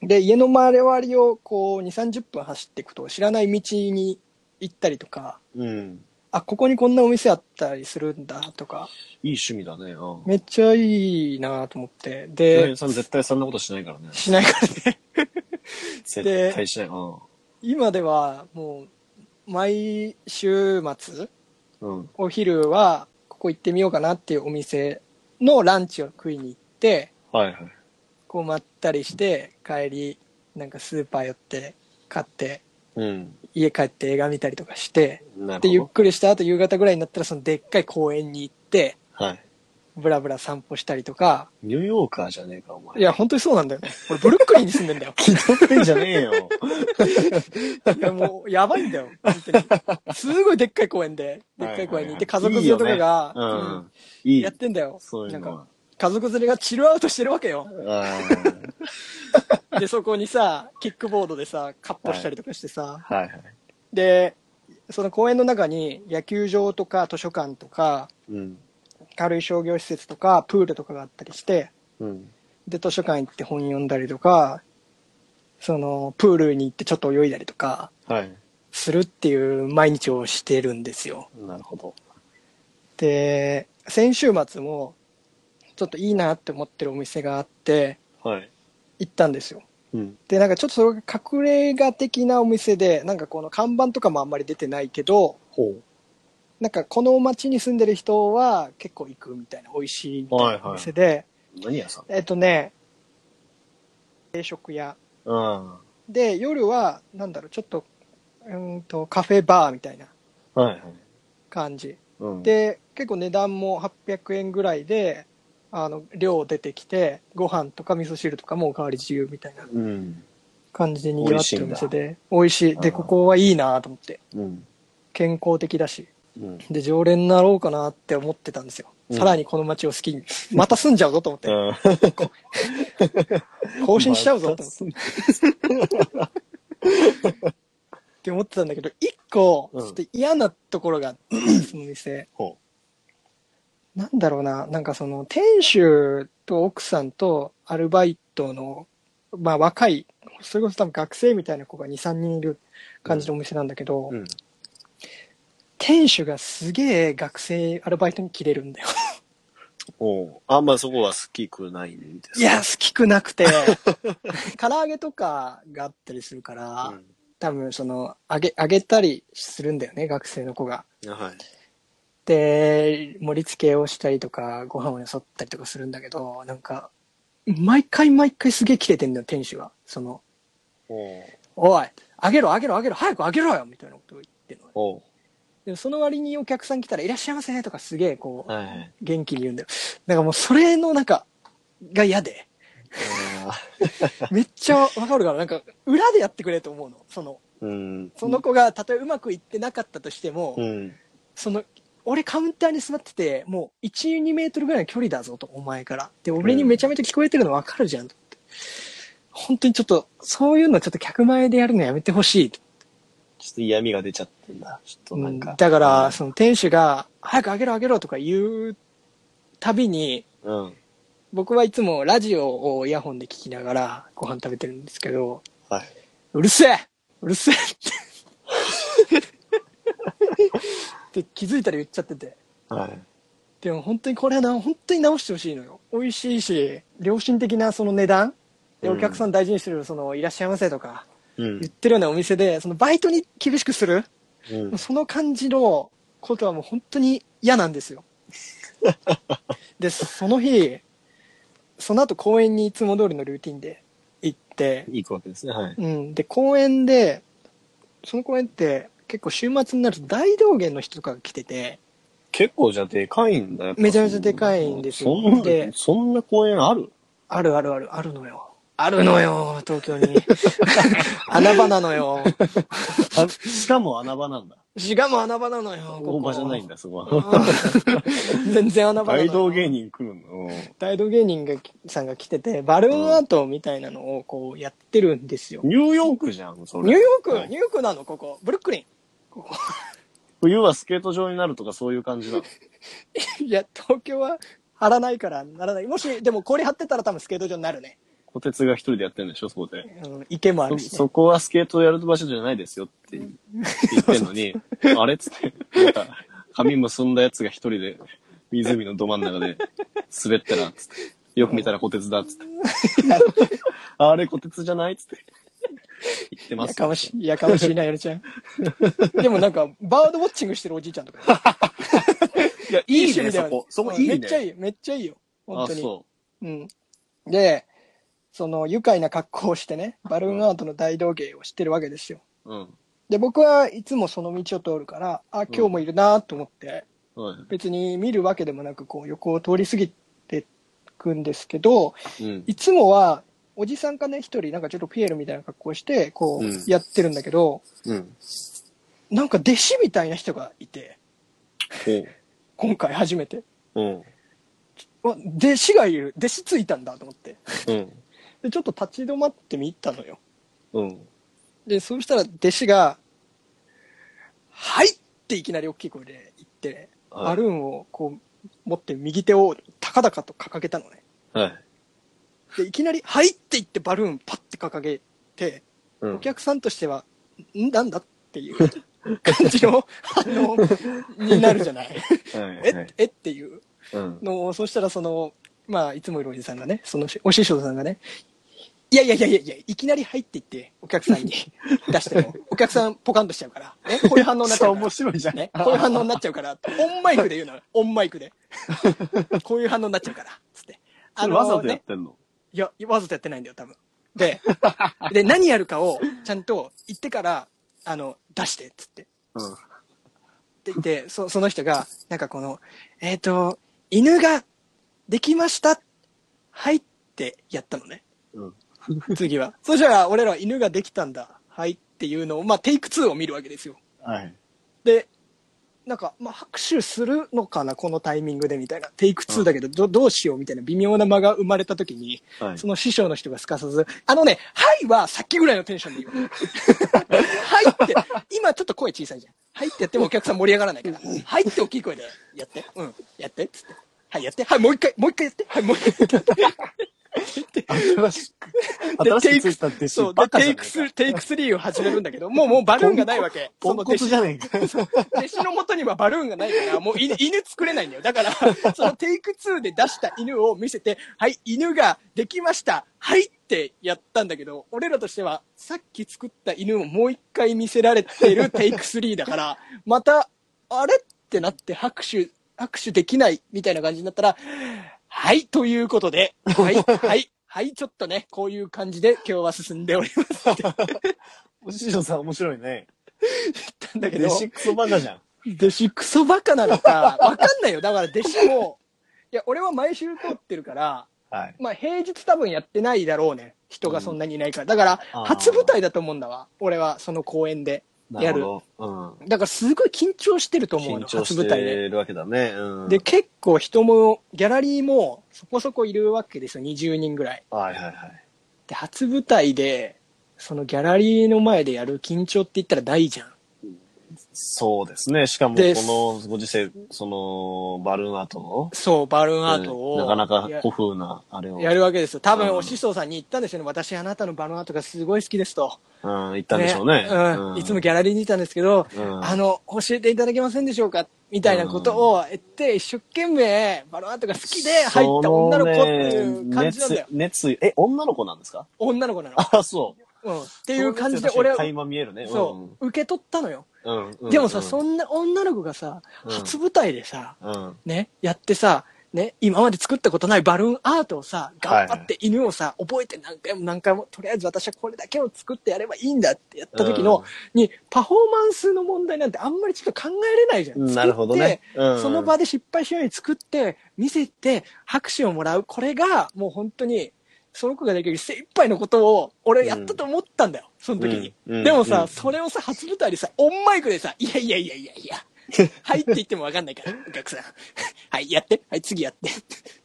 C: ん。
B: で、家の周りをこう2、30分走っていくと知らない道に行ったりとか、
C: うん。
B: あ、ここにこんなお店あったりするんだとか、
C: いい趣味だね。うん。
B: めっちゃいいなと思って。
C: 京
B: で
C: 平、さん絶対そんなことしないからね。
B: しないから ね。
C: 絶対しない。うん。
B: 今ではもう毎週末
C: うん。
B: お昼はここ行ってみようかなっていうお店のランチを食いに行って
C: はい、はい。
B: こうまったりして帰りなんかスーパー寄って買って
C: うん。
B: 家帰って映画見たりとかして
C: な
B: で
C: る
B: ゆっ
C: ほ
B: くりした後夕方ぐらいになったらそのでっかい公園に行って
C: ど。はい。
B: ブラブラ散歩したりとか
C: ニューヨーカーじゃねえか、お前。
B: いや本当にそうなんだよね俺ブルックリンに住んでんだよ
C: 気取ってんじゃねえよ。
B: いやもうやばいんだよ本当にすごいでっかい公園ででっかい公園に行って家族連れとかが
C: いいよねう
B: うん
C: ん。いい
B: やっ。てんだよ。
C: そういう
B: な
C: の
B: ん
C: は
B: か。家族連れがチルアウトしてるわけよ。
C: あ
B: で、そこにさ、キックボードでさ、カッポしたりとかしてさ、
C: あ。はいはい。
B: で、その公園の中に野球場とか図書館とか、
C: うん。
B: 軽い商業施設とか、プールとかがあったりして、
C: うん。
B: で、図書館行って本読んだりとか、その、プールに行ってちょっと泳いだりとか、
C: はい。
B: するっていう毎日をしてるんですよ。
C: なるほど。
B: で、先週末も、ちょっといいなって思ってるお店があって、
C: はい。
B: 行ったんですよ。
C: うん。
B: で、なんかちょっとそれが隠れ家的なお店で、なんかこの看板とかもあんまり出てないけど、
C: ほう。
B: なんかこの町に住んでる人は結構行くみたいな、美味しいみたいなお店で、
C: 何屋さん
B: えっとね、定食屋。
C: あ
B: で、夜は、なんだろう、ちょっと、うーんと、カフェバーみたいな
C: あ。はいはい。
B: 感じ。
C: うん、
B: で、結構値段も800円ぐらいで、あの、量出てきて、ご飯とか味噌汁とかもおかわり自由みたいな
C: うん。
B: 感じで賑わってるお店で、美味しい。で、
C: あー
B: ここはいいなと思って。
C: うん。
B: 健康的だし。
C: うん。
B: で、常連になろうかなって思ってたんですよ。
C: うん
B: さらにこの街を好きに。また住んじゃうぞと思って。
C: あ
B: 更新しちゃう ぞと思っ
C: う
B: て。って思ってたんだけど、一個、ち
C: うん
B: ょっと嫌なところがあって、その店。
C: ほ
B: なんだろうな、なんかその、店主と奥さんとアルバイトの、まあ若い、それこそ多分学生みたいな子が2、3人いる感じのお店なんだけど、
C: う。うん。
B: 店主がすげえ学生アルバイトに切れるんだよ。
C: ほう。あんまそこは好きくないんで す
B: いや、好きくなく て。唐揚げとかがあったりするから、
C: か、
B: 多分その、揚げ、揚げたりするんだよね、学生の子が。
C: うん、はい。
B: で、盛り付けをしたりとか、ご飯をよそったりとかするんだけど、なんか、毎回毎回すげえ切れてんだよ、店主が。その、
C: ほう。
B: おい、あげろ、あげろ、あげろ、早くあげろよみたいなことを言ってるのね。
C: ほ
B: でもその割にお客さん来たら、いらっしゃいませとかすげえこ
C: う。はい。
B: う、元気に言うんだよ。なんかもうそれのなんか、が嫌で。めっちゃわかるから、なんか、裏でやってくれと思うの。その、
C: うん。
B: その子が、たとえうまくいってなかったとしても、
C: うん。
B: その、俺カウンターに座ってて、もう1、2メートルぐらいの距離だぞと、お前から。で、俺にめちゃめちゃ聞こえてるのわかるじゃん、と思って。本当にちょっと、そういうのちょっと客前でやるのやめてほしいと。
C: ちょっと嫌味が出ちゃってんだ。ちょっとなんか。
B: だから、その店主が、早くあげろあげろとか言うたびに、
C: うん。
B: 僕はいつもラジオをイヤホンで聞きながらご飯食べてるんですけど、
C: はい。
B: うるせえうるせえ って。って気づいたら言っちゃってて。
C: はい。
B: でも本当にこれはな、本当に直してほしいのよ。美味しいし、良心的なその値段。で、
C: うん
B: お客さん大事にしてる、その、いらっしゃいませとか、
C: うん
B: 言ってるようなお店で、そのバイトに厳しくする、
C: うん。
B: その感じのことはもう本当に嫌なんです よ。で、その日、その後公園にいつも通りのルーティンで行って、
C: 行くわけですね。はい。
B: うん。で、公園で、その公園って結構週末になると大道芸の人とかが来てて、
C: 結構じゃあでかいんだやっぱ
B: めちゃめちゃでかいんですよ
C: そんな
B: で
C: そんな公園ある
B: あるあるある、あるのよ。あるのよ、東京 に。穴場なのよ。
C: あしかも穴場なんだ。
B: しかも穴場なのよ、ここ
C: 大場じゃないん。だ、そこ
B: う
C: は。
B: ん 全然穴場なの
C: 大
B: よ
C: 道芸人来るの。
B: 大道芸人がさんが来てて、バルーンアートみたいなのをこうやってるんですよ。
C: ニューヨークじゃん、それ。
B: ニューヨーク、
C: はい
B: ニューヨークなの、ここ。ブルックリン。
C: 冬はスケート場になるとかそういう感じな の。
B: いや、東京は張らないからならない。もし、でも氷張ってたら多分スケート場になるね。
C: 小鉄が一人でやってるんでしょ、そこで。
B: うん、池もある
C: そ
B: し、ね。
C: そこはスケートをやる場所じゃないですよって言ってんのに、あれっ つって、なんか髪結んだやつが一人で湖のど真ん中で滑ったら、つって。よく見たら虎鉄 だ、つって。あれ虎鉄じゃないっつって。言ってま
B: や
C: す
B: か
C: よ
B: ま。しい、やかましいな、やる ちゃん。でもなんか、バードウォッチングしてるおじいちゃんとか。
C: いや、いい
B: 趣
C: ね、
B: 味だ
C: そ
B: よ
C: こ。そこいい
B: め
C: ね。
B: っちゃいいよ、めっちゃいいよ。本
C: あ、
B: 当に。。
C: そう
B: ん。で、その、愉快な格好をしてね、バルーンアートの大道芸をしてるわけですよ。
C: う。うん。
B: で、僕はいつもその道を通るから、あ、今日もいるなと思って、
C: は
B: 別に見るわけでもなく、こう、横を通り過ぎてくんですけど、
C: い。うん。
B: いつもは、おじさんかね、一人、なんかちょっとピエールみたいな格好をして、こ
C: うん
B: う、やってるんだけど、
C: うん。
B: なんか弟子みたいな人がいて、
C: ほ
B: 今回初めて。
C: う。うん。
B: わ弟子がいる。弟子ついたんだと思って。
C: うん。
B: で、ちょっと立ち止まって見たのよ。
C: うん。
B: で、そうしたら弟子が、はいっていきなり大きい声で言って、
C: はい
B: バルーンをこう持って右手を高々と掲げたのね。
C: はい。
B: でいきなり「はい!」って言ってバルーンパッて掲げて
E: う
B: お
E: ん。
B: 客さんとしては「んなんだ?」っていう感じの反応になるじゃない。
E: はいは
B: え
E: い。
B: えっていう
E: うん。
B: のをそしたらそのまあいつもいるおじさんがねそのお師匠さんがねいやいやいやいやいやいきなり入っていってお客さ んに出してもお客さんポカンとしちゃうから、ね、こういう反応になっちゃうから
C: 白いじゃん
B: ね、こういう反応になっちゃうからオンマイクで言うならオンマイク でこういう反応になっちゃうからつって
C: それ
B: の
C: わざとやっ
B: ね
C: てんの
B: いやわざとやってないんだよ多分でで何やるかをちゃんと言ってからあの出してっつって
C: うん。
B: って言って、 そその人が、なんかこの、えっ、と、犬ができました。はいってやったのね。
E: うん
B: 次は。そしたら、俺らは犬ができたんだ。はいっていうのを、まあ、テイク2を見るわけですよ。
C: はい。
B: で、なんか、まあ、拍手するのかな、このタイミングでみたいな。テイク2だけど、どどうしようみたいな微妙な間が生まれた時に、
E: はい
B: その師匠の人がすかさず、あのね、はいはさっきぐらいのテンションで言う わ。はいって、今ちょっと声小さいじゃん。はいってやってもお客さん盛り上がらないから、はいって大きい声でやって、うん、やって、つって。はい、やって。はい、もう一回、もう一回やって。はい、もう一回やって。
C: 新しく、 新しくついた弟子
B: そう、で
C: バ、カじ
B: テイ
C: ゃねえか
B: クス、テイク3を始めるんだけど、もう、もうバルーンがないわけ。
C: ポ
B: そ
C: ン
B: の
C: コ
B: 弟
C: ツ
B: 子
C: じゃねえか。
B: 弟子の元にはバルーンがないから、もう犬犬作れないんだよ。だから、そのテイク2で出した犬を見せて、はい、犬ができました。はいってやったんだけど、俺らとしては、さっき作った犬をもう一回見せられてるテイク3だから、また、あれってなって拍手、拍手できないみたいな感じになったら、はい、ということで、はい、はい、はい、ちょっとね、こういう感じで今日は進んでおりますって言っ
C: お師匠さん面白いね。
B: たんだけど。
C: 弟子クソバカじゃん。
B: 弟子クソバカなのか、わかんないよ。だから弟子も、いや、俺は毎週通ってるから、
C: はい。
B: まあ平日多分やってないだろうね。人がそんなにいないから。だから
C: あー、
B: 初舞台だと思うんだわ。俺はその公演で。やる
E: なほど。
B: だからすごい緊張してると
E: うん。
B: 思う
E: 緊
B: の、
E: 張
B: 初
E: し
B: 舞台で。
E: てるわけだね。うん。
B: で、結構人も、ギャラリーもそこそこいるわけですよ。20人ぐらい。
E: はいはいはい。
B: で、初舞台で、そのギャラリーの前でやる緊張って言ったら大じゃん。
C: そうですね。しかも、こ
B: です
C: のご時世、その、バルーンアートの、
B: そう、バルーンアートを。
C: なかなか
B: いや
C: 古風な、あれを、
B: やるわけですよ。多分、
C: うん
B: お師匠さんに言ったんですよね。私、あなたのバルーンアートがすごい好きですと。
C: うん、言ったんでしょうね。
B: うんいつもギャラリーにいたんですけど、
C: うん
B: あの、教えていただけませんでしょうかみたいなことを言って、一生懸命、バルーンアートが好きで入った女の子っていう感じなんだよ
C: そ。のね熱熱意、え、女の子な んですか
B: 女の子なの。
C: あ、そう。っ
B: うん。って
C: て
B: いう感じで、俺は、
C: 垣間見えるね。
B: そう、受け取ったのよ。
C: うん。うん。うん
B: でもさ、そ
C: うん
B: な女の子がさ、
C: うん
B: 初舞台でさ、
C: うん。
B: ね、やってさ、ね、今まで作ったことないバルーンアートをさ、頑張って犬をさ、覚えて何回も何回も、とりあえず私はこれだけを作ってやればいいんだってやった時の、に、パフォーマンスの問題なんてあんまりちょっと考えれないじゃん。
C: なるほどね。
B: 作って。その場
C: で、
B: で失敗しないように作って、見せて、拍手をもらう。これが、もう本当に、その子ができる精一杯のことを、俺やったと思ったんだよ、その時に。
C: うんうん
B: でもさ、
C: うん
B: それをさ、初舞台でさ、オンマイクでさ、いやいやいやいやいや、はいって言ってもわかんない から、お客さん。 はい、やって。はい、次やって。っ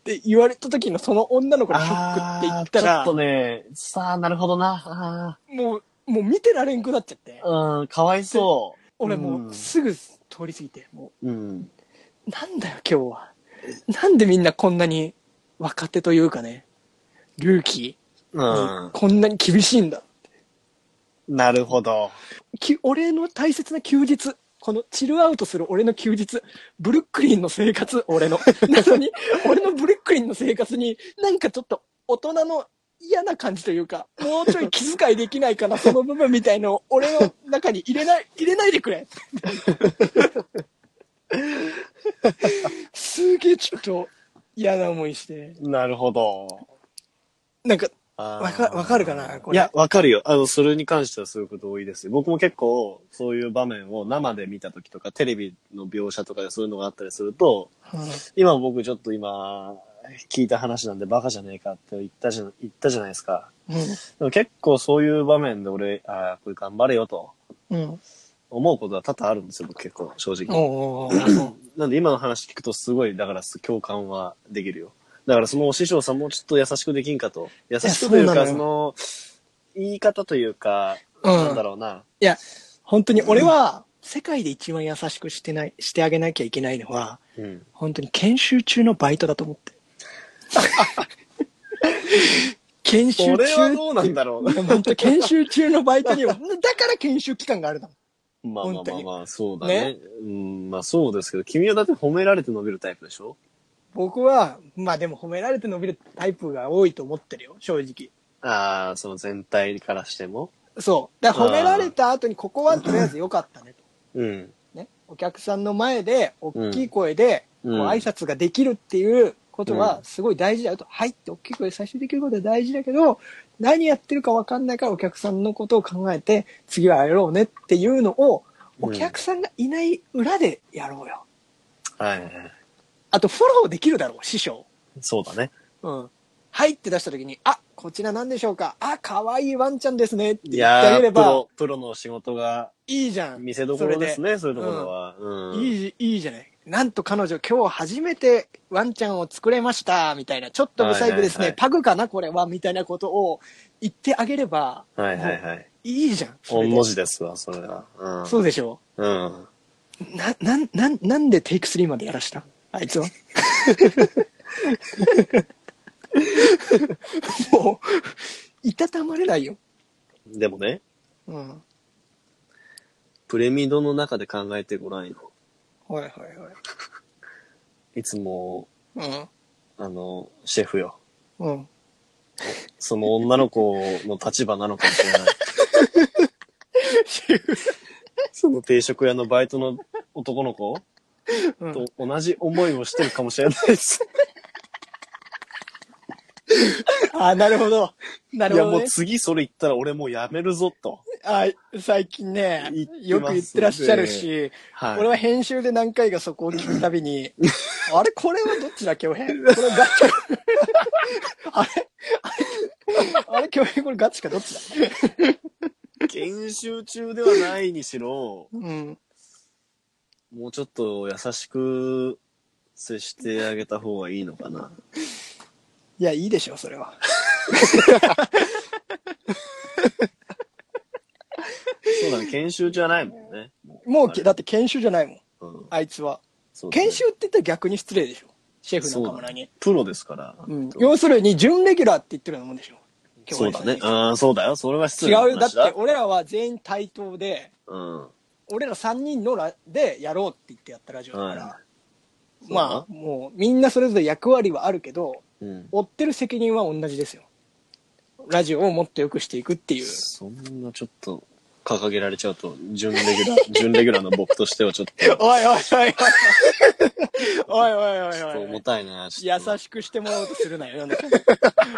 B: て言われた時のその女の子のショックって言
C: あ
B: っ
C: ー
B: た
C: ちょ
B: ら
C: っと、ね、さあ、なるほどな。
B: もう、もう見てられんくなっちゃって
C: あ。ーうん、かわいそ
B: 俺も
C: う
B: うんすぐ通り過ぎて、も
C: う。うん。
B: う、なんだよ今日は。なんでみんなこんなに若手というかね、ルーキ
C: う
B: ーに
C: ん。
B: こんなに厳しいんだ。
C: なるほど。
B: き俺の大切な休日このチルアウトする俺の休日ブルックリンの生活俺 のなのに俺のブルックリンの生活になんかちょっと大人の嫌な感じというかもうちょい気遣いできない かなその部分みたいのを俺の中に入れない入れないでく れすげえちょっと嫌な思いして
C: なるほど。
B: なんか
C: わ
B: わかわかるかなこれ
C: いや、わかるよ。あの、それに関してはそういうこと多いですよ。僕も結構、そういう場面を生で見た時とか、テレビの描写とかでそういうのがあったりすると、今僕ちょっと今、聞いた話なんでバカじゃねえかって言ったじゃ、言ったじゃないですか。でも結構そういう場面で俺、ああ、これ頑張れよと
B: うんうん
C: 思うことは多々あるんですよ、僕結構、正直。
B: おうおうおう
C: なんで今の話聞くとすごい、だから共感はできるよ。だからそのお師匠さんもうちょっと優しくできんかと。優しくという
B: いや
C: か、
B: そ
C: そ
B: な
C: うの、言い方というか、
B: うん
C: なんだろうな。
B: いや、本当に俺は、世界で一番優しくしてない、してあげなきゃいけないのは、
C: うん。
B: 本当に研修中のバイトだと思って。研修中
C: それはどうなんだろう
B: 本当研修中のバイトには、だから研修期間があるの。
C: まあまあ
B: 本当
C: まあ
B: に
C: まあ、そうだね。うん、まあそうですけど、君はだって褒められて伸びるタイプでしょ
B: 僕は、まあでも褒められて伸びるタイプが多いと思ってるよ、正直。
C: ああ、その全体からしても。
B: そう。だから褒められた後に、ここはとりあえず良かったねと。
C: うん。
B: ね。お客さんの前で、大きい声で、こ
C: う
B: うん挨拶ができるっていうこと
C: う
B: は、すごい大事だよと。はいって大きい声で最終できることは大事だけど、何やってるか分かんないからお客さんのことを考えて、次はやろうねっていうのを、お客さんがいない裏でやろうよ。
C: はいはいはい。
B: あと、フォローできるだろう、師匠。
C: そうだね。
B: うん。はいって出した時に、あ、こちら何でしょうかあ、可愛いワンちゃんですねって
C: い
B: 言ってあ
C: や
B: げれ
C: ー、プ
B: ば
C: ロ、、プロの仕事が
B: いいじゃん。
C: 見せどころです
B: それ
C: ね、そういうところは。うん。
B: いいじ、いいじゃない。なんと彼女、今日初めてワンちゃんを作れました、みたいな。ちょっと不細工ですね。
C: はいはいはい
B: パグかなこれは、みたいなことを言ってあげれば、
C: はいはいはい。
B: いいじゃん。それ
C: 本
B: で
C: 文字ですわ、それは。うん。
B: そうでしょ
C: うん。
B: な、なん、なん、なんでテイク3までやらしたあいつは。もう、いたたまれないよ。
C: でもね、
B: うん。
C: プレミドの中で考えてごらんよ。
B: はいはい
C: いつも、
B: はい。
C: あの、シェフよ。
B: うん。うん。
C: その女の子の立場なのかもし れない。その定食屋のバイトの男の子
B: うん
C: と同じ思いをしてるかもしれないです。
B: あ、なるほど。ないる
C: や
B: ほど、
C: も
B: ね
C: う。次それ言ったら俺もうやめるぞと。
B: あ最近ね
C: 言ってます、ね
B: よく言ってらっしゃるし、
C: はい。
B: 俺は編集で何回かそこを聞くたびに、あれこれはどっちだ、京平。こ れガチ か。あれあれあれ、京平これガチかどっちだ
C: 研修中ではないにしろ、
B: うん。
C: もうちょっと優しく接してあげた方がいいのかな。
B: いや、いいでしょう、それは。
C: そうだね、研修じゃないもんね。
B: もう
C: あれ
B: け、だって研修じゃないもん、
C: うん
B: あいつは。
C: そうだね
B: 研修って言ったら逆に失礼でしょ。シェフの
C: そう
B: カ
C: だ
B: 村
C: ね
B: に。
C: プロですから。
B: うん。要するに、準レギュラーって言ってるようなもんでしょ。京
C: そう
B: 平さ
C: だ
B: んに
C: ね。ああ、そうだよ。それは失礼な
B: 違うよ。だっ
C: 話
B: て、俺らは全員対等で、
C: うん。
B: 俺ら3人のラでやろうって言ってやったラジオだから、
C: は
B: まあもうみんなそれぞれ役割はあるけど
C: うん。
B: 追ってる責任は同じですよラジオをもっと良くしていくっていう
C: そんなちょっと掲げられちゃうと、準レギュ ラー、準レギュラーの僕としてはちょっと、
B: おいおいおいおいおいおい
C: ちょっと
B: おいお
C: 重
B: い
C: たいな。ちょっと
B: 優しくしてもらおうとするなよ。なんか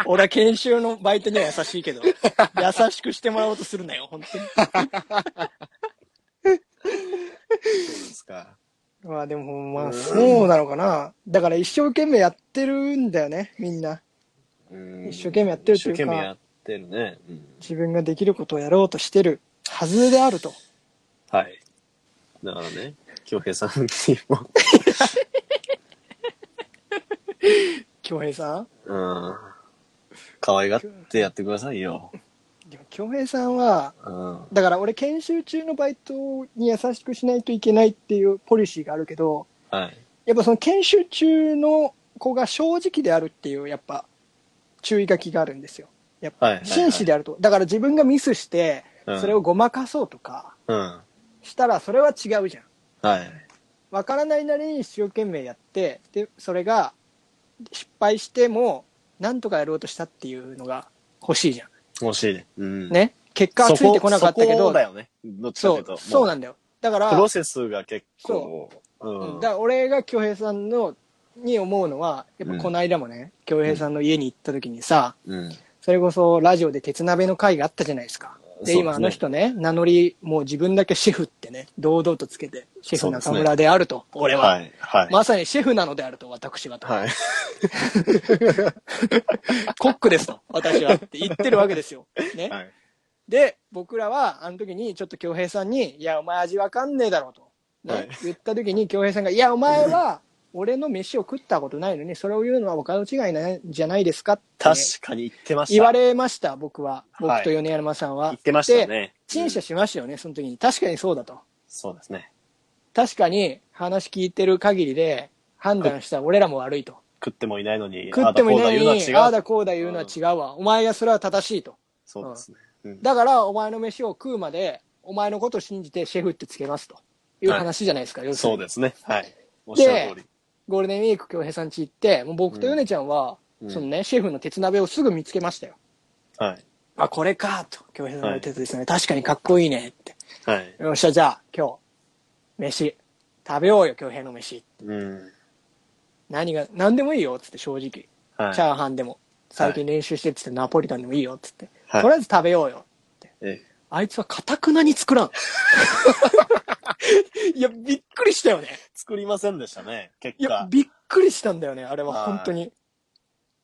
B: 俺は研修のバイトには優しいけど、優しくしてもらおうとするなよ、本当に。
C: ですか。
B: まあでも、まあそうなのかな。だから一生懸命やってるんだよね、みんな。
C: うん
B: 一生懸命やってる
C: 一
B: と
C: 生
B: いうか
C: 懸命やってるね。うん。
B: 自分ができることをやろうとしてるはずであると。
C: はい。だからね、京平さんにも、
B: 京平さん
C: うん。可愛がってやってくださいよ。
B: でも京平さんは、
C: うん。
B: だから俺研修中のバイトに優しくしないといけないっていうポリシーがあるけど、
C: はい。
B: やっぱその研修中の子が正直であるっていう、やっぱ注意書きがあるんですよ。やっ
C: はいはい
B: ぱ
C: はい
B: 真摯であると。だから自分がミスして
C: うん、
B: それをごまかそうとか
C: うん。は
B: したらそれは違うじゃん。
C: い。
B: わからないなりに一生懸命やって、で、それが失敗しても、なんとかやろうとしたっていうのが欲しいじゃん。
C: 欲しいね。うん。。
B: ね。結果は
C: そ
B: ついて
C: こ、
B: こなか
C: そ
B: ったけ
C: こ
B: ど
C: だ、よね。どっちかと
B: そ
C: いう
B: う
C: と。、
B: そうな
C: も
B: んだよ。だか
C: う
B: ら、
C: プロセスが結構、うん
B: だから俺が京平さんの、に思うのは、やっぱこの間もね、京平さんの家に行った時にさ、
C: うん。
B: それこそラジオで鉄鍋の会があったじゃないですか。で、
C: そうですね
B: 今あの人ね、名乗り、もう自分だけシェフってね、堂々とつけて、シェフ中村であると、俺は、
C: はい。はい。
B: まさにシェフなのであると、私はと。
C: はい。
B: コックですと、私はって言ってるわけですよ。ね。
C: はい。
B: で、僕らは、あの時に、ちょっと京平さんに、いや、お前味わかんねえだろうと、ね
C: はい
B: 言った時に、京平さんが、いや、お前は、俺の飯を食ったことないのに、それを言うのは他の違いなんじゃないですかってね、
C: 確かに言ってました。
B: 言われました、僕は。
C: は
B: 僕
C: い
B: と米山さんは。
C: 言ってましたね。
B: 陳謝しましたよね、その時に。確かにそうだと。
C: そうですね。
B: 確かに、話聞いてる限りで、判断した俺らも悪いと。
C: 食ってもいないのに、
B: 食ってもいないの
C: ああだこうだ
B: に、
C: 言うの
B: ああ
C: は違う。
B: だこうだ言うのは違うわ。お前がそれは正しいと。
C: そうですね。うん
B: だから、お前の飯を食うまで、お前のことを信じてシェフってつけますという話じゃないですか、要する
C: そ
B: に
C: うですね。はい。おっしゃる通り。
B: ゴールデンウィーク、京平さんち行って、もう僕とヨネちゃんは、
C: うん
B: そのね、シェフの鉄鍋をすぐ見つけましたよ。
C: はい。
B: あ、これか、と。京平さんの鉄ですね、確かにかっこいいね、って。
C: はい。
B: よっしゃ、じゃあ、今日、飯、食べようよ、京平の飯。
C: うん。
B: 何が、何でもいいよ、っつって正直。
C: はい。
B: チャーハンでも、最近練習してっつってナポリタンでもいいよ、っつって。
C: はい
B: とりあえず食べようよ。
C: え
B: あいつはかたくなに作らん。 いや、びっくりしたよね。
C: 作りませんでしたね、結
B: いや、
C: 果。
B: びっくりしたんだよね、あれは、本当に。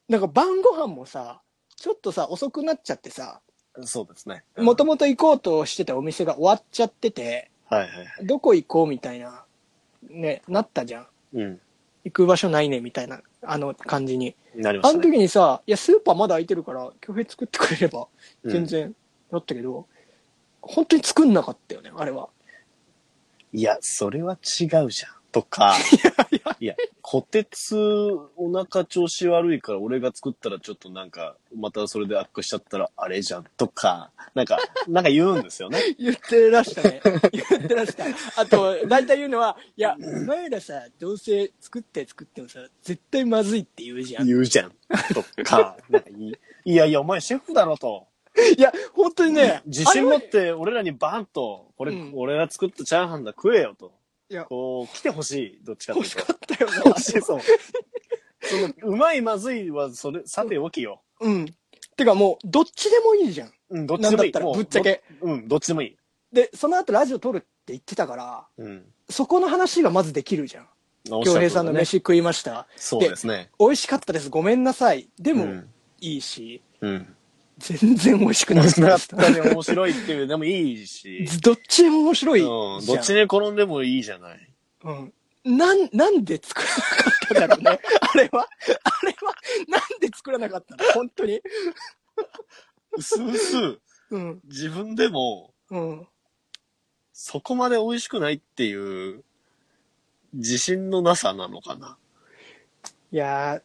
B: なんか晩ご飯もさ、ちょっとさ、遅くなっちゃってさ、
C: そうですね。うん
B: もともと行こうとしてたお店が終わっちゃってて、
C: はいはいはい。
B: どこ行こうみたいな、ね、なったじゃん。
C: うん。
B: 行く場所ないね、みたいな、あの感じに。
C: なりま
B: あ
C: した
B: の
C: ね。
B: 時にさ、いや、スーパーまだ空いてるから、巨平作ってくれれば、
C: うん
B: 全然、だったけど、本当に作んなかったよね、あれは。
C: いや、それは違うじゃん。とか。いや、こてつ、お腹調子悪いから、俺が作ったらちょっとなんか、またそれで悪化しちゃったら、あれじゃん。とか、なんか、なんか言うんですよね。
B: 言ってらしたね。言ってらした。あと、大体言うのは、いや、お前らさ、どうせ作って作ってもさ、絶対まずいって言うじゃん。い
C: 言うじゃん。とか、なんかいいやいや、お前シェフだろと。
B: や、本当にね、
C: 自信持
B: あ
C: っ
B: れは
C: て、俺らにバンと、これ、
B: うん
C: 俺が作ったチャーハンだ、食えよと。
B: いや
C: こう、来てほしい。どっちかという
B: 欲
C: と
B: し。かったよな。
C: 欲しい、そう。その、うまい、まずいは、それ、さておきよ。
B: うん。てかもう、どっちでもいいじゃん。
C: うん、どっち
B: な
C: でもい
B: んだっ
C: い。
B: たら
C: もう
B: ぶっちゃけ。
C: どうん、どっちでもいい。
B: で、その後ラジオ撮るって言ってたから、
C: うん。
B: そこの話がまずできるじゃん。
C: 京
B: 京平さんの飯食いました。
C: そうですね。
B: 美味しかったです。ごめんなさい。でも、
C: うん
B: いいし、
C: うん。
B: 全然美味しくなかっ
C: な
B: た
C: っ
B: です。
C: たね、面白いっていう、でもいい し。
B: どっちでも面白
C: う
B: い
C: ん
B: じゃん。、
C: どっちに転んでもいいじゃない。
B: うん。なん、なんで作らなかったんだろう ね。あれはあれは、なんで作らなかったの本当に。
C: うすうす、
B: うん。
C: 自分でも、
B: うん。
C: そこまで美味しくないっていう、自信のなさなのかな。
B: いやー、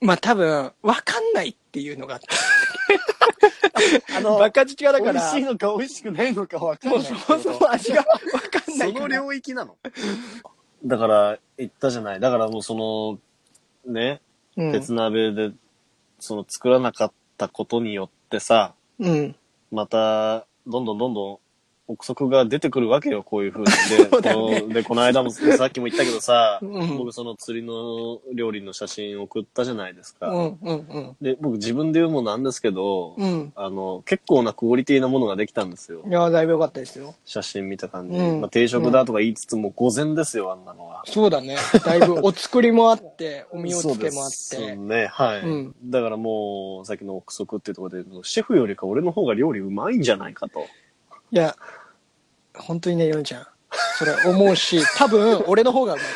B: まあ多分、わかんないっていうのがあった。あの、バカ力だから、も
C: のか美味しくないのかわか
B: うそもそも味がわかんないから。
C: 域なのだから、言ったじゃない。だからもうその、ね、
B: うん
C: 鉄鍋で、その作らなかったことによってさ、
B: うん。
C: また、どんどんどんどん、憶測が出てくるわけよ、こうい う風に。で、
B: そうだよね
C: こので、この間も、さっきも言ったけどさ、
B: うん
C: 僕その釣りの料理の写真送ったじゃないです
B: う
C: か。
B: ん。うん。うん
C: で、僕自分で言うのもなんですけど、
B: うん。
C: あの、結構なクオリティなものができたんですよ
B: い。やー、だいぶ良かったですよ。
C: 写真見た感じ。
B: うん
C: まあ、定食だとか言いつつも午前ですよ、あんなのは。
B: そうだね。だいぶ、お作りもあって、お身をつけもあっ
C: そうで
B: て
C: す。ね、はい、
B: うん
C: だからもう、さっきの憶測っていうところで言うと、シェフよりか俺の方が料理うまいんじゃないかと。
B: いや、本当にね、ヨンちゃん。それ思う し、多分、俺の方がうまい。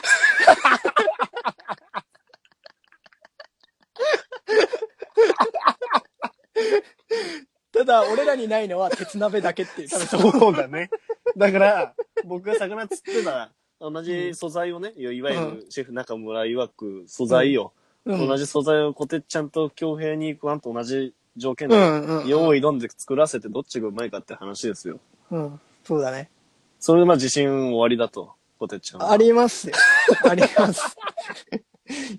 B: ただ、俺らにないのは鉄鍋だけっていう。多分そう
C: そうだね。だから、 僕が魚釣ってた同じ素材をね、いわゆるシェフ中村曰く素材よ。
B: うん
C: 同じ素材をこてっちゃんと京平に食わんと同じ条件
B: う
C: で、
B: んうんうん
C: 用意どんで作らせてどっちがうまいかって話ですよ。
B: うん。そうだね。
C: それでまあ自信終わりだと、こてっちゃんは。
B: ありますよ。あります。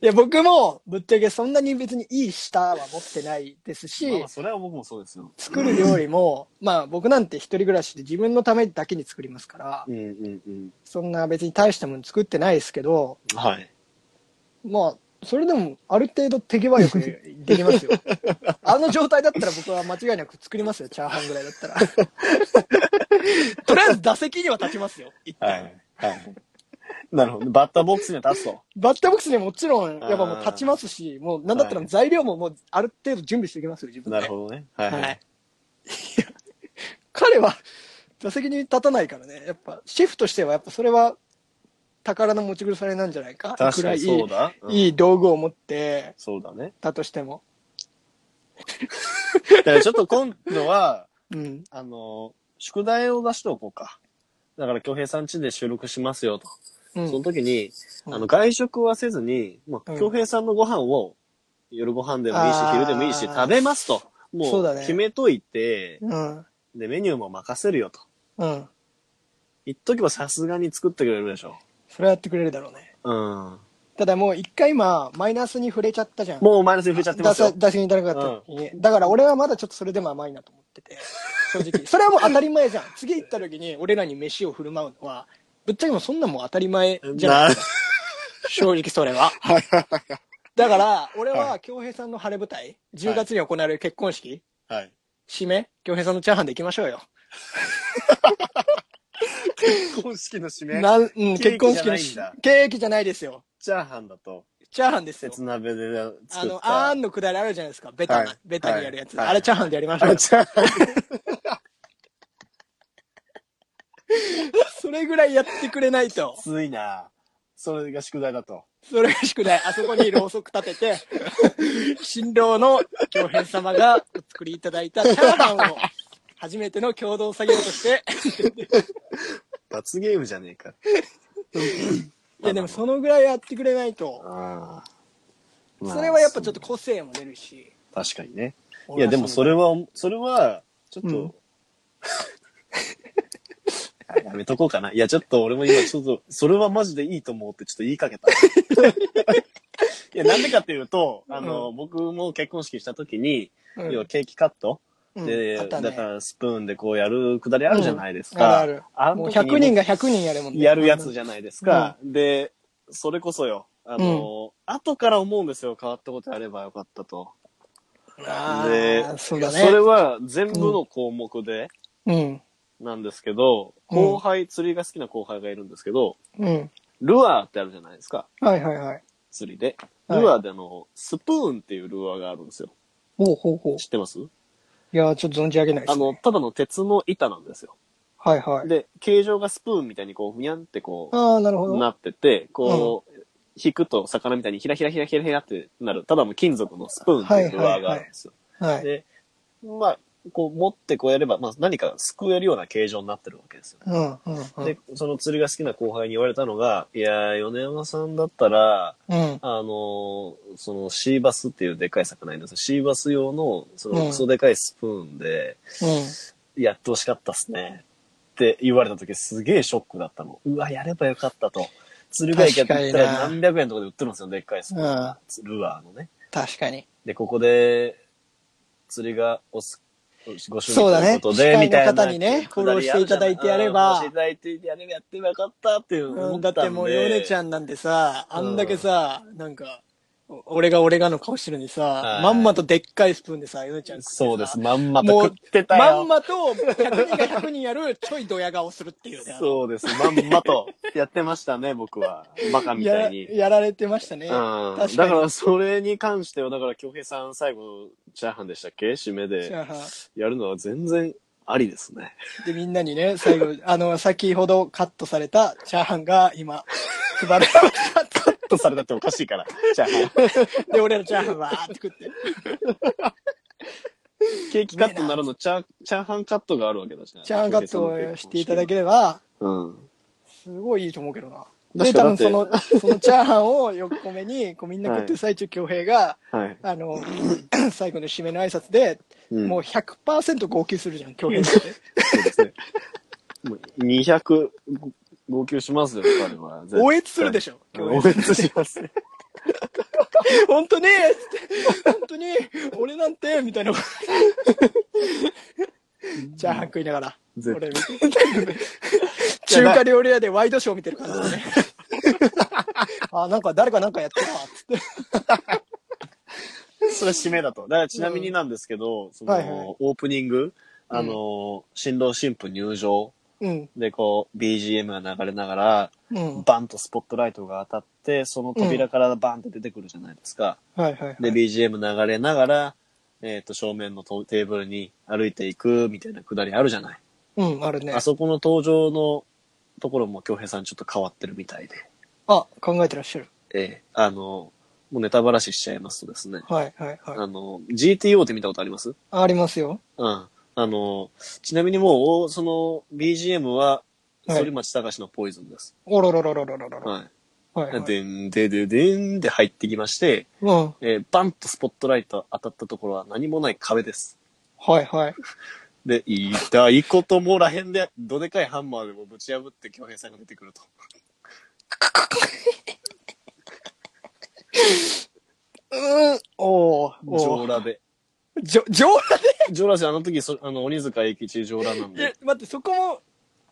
B: いや、僕も、ぶっちゃけそんなに別にいい舌は持ってないですし、
C: まあ、それは僕もそうですよ。
B: 作る料理も、まあ僕なんて一人暮らしで自分のためだけに作りますから、
C: うんうんうん。
B: そんな別に大したもの作ってないですけど、
C: はい。
B: まあ、それでもある程度手際 よくできますよ。あの状態だったら僕は間違いなく作りますよ、チャーハンぐらいだ ったら。とりあえず打席には立ちますよ、一旦。
C: はい。はい。なるほど。バッターボックスには立つと。
B: バッターボックスにはもちろん、やっぱもう立ちますし、もうなんだったら
C: はい
B: 材料ももうある程度準備していきますよ、自分で。
C: なるほどね。はい。
B: はい。いや彼は打席に立たないからね、やっぱシェフとしてはやっぱそれは宝の持ち腐れなんじゃないか。
C: 確かに
B: いくらいい
C: そうだ。うん
B: いい道具を持って
C: そうだね。
B: たとしても。
C: だからちょっと今度は、
B: うん。
C: あの、宿題を出しておこうか。だから、京平さん家で収録しますよと。
B: うん
C: その時に、
B: うん
C: あの、外食はせずに、まあ、
B: うん
C: 京平さんのご飯を、夜ご飯でもいいし
B: あ、ー
C: 昼でもいいし、食べますと。
B: そ
C: も
B: うだ
C: う、
B: ね
C: 決めといて、
B: うん。
C: で、メニューも任せるよと。
B: うん。
C: 言っとけばさすがに作ってくれるでしょ。
B: それはやってくれるだろうね。
C: うん。
B: ただもう一回今、マイナスに触れちゃったじゃん。
C: もうマイナスに触れちゃって
B: 出
C: ます
B: せ
C: よ。
B: 出しに行かなかった時に、だから俺はまだちょっとそれでも甘いなと思ってて正 直それはもう当たり前じゃん次行った時に俺らに飯を振る舞うのはぶっちゃけもうそんなもん当たり前じゃない
C: な
B: 正直それ はだから俺は恭平さんの晴れ舞台10月に行われる結婚式、
C: はい。
B: 締め恭平さんのチャーハンで行きましょうよ、
C: 結婚式の締め、
B: なんうん、
C: ケー
B: 結
C: キ
B: 婚
C: じゃ
B: 式
C: ないんだ
B: のしケーキじゃないですよ
C: チャーハンだと、
B: チャーハンですよ
C: 鉄鍋で
B: あ
C: 作っ
B: の、
C: た。
B: あーんのくだりあるじゃないですか。ベタな、
C: はい
B: ベタにやるやつ。
C: はい
B: あれチャーハンでやりまし
C: あ
B: ょうよ
C: の、チャーハン。
B: それぐらいやってくれないと。
C: 熱いな。それが宿題だと。
B: それらしくない。あそこにろうそく立て て、新郎の京平様がお作りいただいたチャーハンを、初めての共同作業と して。
C: 罰ゲームじゃねえか。
B: いや、でもそのぐらいやってくれないと。
C: ああ。
B: それはやっぱちょっと個性も出るし。
C: 確かにね。いや、でもそれ
B: は。
C: は、それは、ちょっと、
B: うん
C: あ やめとこうかな。いや、ちょっと俺も今、ちょっと、それはマジでいいと思うってちょっと言い かけた。いや、なんでかっていうと、あの、僕も結婚式した時に、
B: うん
C: 要はケーキカット、
B: うん
C: で、
B: あったね
C: だからスプーンでこうやるくだりあるじゃないです
B: うん
C: か。
B: ある
C: あ
B: も
C: の
B: う
C: 時に
B: 100人が100人やるもんね。
C: やるやつ
B: じ
C: じゃないですか。で、それこそよ、あの、後から思うんですよ、変わったことやればよかったと。
B: ゃ
C: で、
B: そうだ
C: それ
B: ね。
C: は全部の項目で
B: うん。
C: なんですけど、
B: うん
C: 後輩、釣りが好きな後輩がいるんですけど、
B: うん。
C: ルアーってあるじゃないですか、
B: はいはいはい。
C: 釣りで。
B: はい
C: ルアーであの、スプーンっていうルアーがあるんですよ。
B: ほうほうほう。
C: 知ってます
B: いやー、ちょっと存じ上げないで
C: あ
B: す、
C: の、
B: ね。
C: ただの鉄の板なんですよ。
B: はいはい。
C: で、形状がスプーンみたいにこう、ふにゃんってこ
B: ああ、なるほ
C: う、
B: ど。
C: なってて、こう、引くと魚みたいにひらひらひらひらひらってなる、ただの金属のスプーンっていうルアーがあるんですよ。
B: はい。
C: で、まあ、こう持ってこうやれば、まあ何か救えるような形状になってるわけですよ。
B: うんうんうん。
C: で、その釣りが好きな後輩に言われたのが、いやー、米山さんだったら、
B: うん。
C: あのーそのシーバスっていうでかい魚いるんですよ。シーバス用の、そ
B: うん
C: のクソでかいスプーンで、
B: うん。
C: やってほしかったっすね。って言われた時すげえショックだったの。うわ、やればよかったと。釣りが駅やってたら
B: 確かに
C: 何百円とかで売ってるんですよ、でっかいスプーンが。ルアーのね。
B: 確かに。
C: で、ここで、釣りがおす、ご趣味
B: そうだね
C: ということ
B: 司
C: で、
B: 会の
C: みたいな。
B: 方にねフォローしていただいてやれば
C: うんフォローしていただいてやればやってばよかったっていう思
B: だ
C: た
B: っ
C: んで
B: てもう、ヨネちゃんなんてさ、あんだけさ、なんか、お俺が俺がの顔してるのにさ、
C: はい
B: まんまとでっかいスプーンでさ、ヨネちゃん食ってさ
C: そうです。。まんまと食ってた
B: ま
C: よ。
B: んまと、100人が100人やる、ちょいドヤ顔するっていうね。
C: そうです。まんまとやってましたね、僕は。バカみた
B: や
C: いに。
B: やられてましたね。
C: うん
B: 確
C: だか
B: かに。
C: らそれに関しては、だから京平さん最後、チャーハンでしたっけ締め
B: じゃ
C: で
B: あは
C: やるのは全然ありですね。
B: で、みんなにね、最後、あの、先ほどカットされたチャーハンが今、配られましたって
C: とされたっておかしいから、 チャーハン。
B: で、俺らチャーハンわーって食って。
C: ケーキカットならのチャーチャーハンカットがあるわけだしね。
B: チャーハンカットをしていただけ
C: る。
B: れば、
C: うん。
B: すごいいいと思うけどな。で、
C: 確
B: 多
C: かだっ
B: 分
C: て
B: その、そのチャーハンを横目に、こうみんな食ってる最中、恭平が、
C: はい。
B: あの、 最後の締めの挨拶で、
C: うん
B: もう100%号泣するじゃん、恭 平って。
C: そうですね。もう200、ご号泣しますよ、彼は。
B: 応援するでし
C: ょ。
B: ょ、恭
C: うん応
B: 平。
C: 援します。
B: 本当につって本当に俺なんてみたいな。チャーハン食いながら。
C: 絶
B: 俺
C: 対
B: 見て中華料理屋でワイドショー見てる感じだ ね。あ、なんか誰かなんかやってるわ、つって。
C: それは締めだと。だからちなみになんですけど、その、
B: はいはい
C: オープニング、あの、新郎新婦入場
B: うん。
C: でこう、BGM が流れながら、
B: うん。
C: バンとスポットライトが当たって、その扉からバンって出てくるじゃないですか。
B: はいはいはい。
C: で、BGM 流れながら、えっ、と、正面のとテーブルに歩いていくみたいなくだりあるじゃない。
B: うん、あるね
C: あ。そこの登場のところも京平さんちょっと変わってるみたいで。
B: あ、考えてらっしゃる。
C: ええあの、もうネタばらししちゃいますとですね。
B: はいはいはい。
C: あの、GTO って見たことあります
B: ありますよ。
C: うん。あの、ちなみにもう、おその、BGM は、
B: はい
C: 反町隆史のポイズンです。
B: おろろろろろろろろ。
C: はい。
B: はいはい。
C: でんでででんで入ってきまして、
B: うん。
C: えーバンとスポットライト当たったところは何もない壁です。
B: はい はい。
C: で、痛いこともらへんで、どでかいハンマーでもぶち破って京平さんが出てくると。
B: うん。おー
C: 上
B: おー。
C: 裸で。
B: じょ、上裸で
C: 上裸で、あの時、そあの、鬼塚英吉上裸なん
B: え
C: で、、
B: 待って、そこも、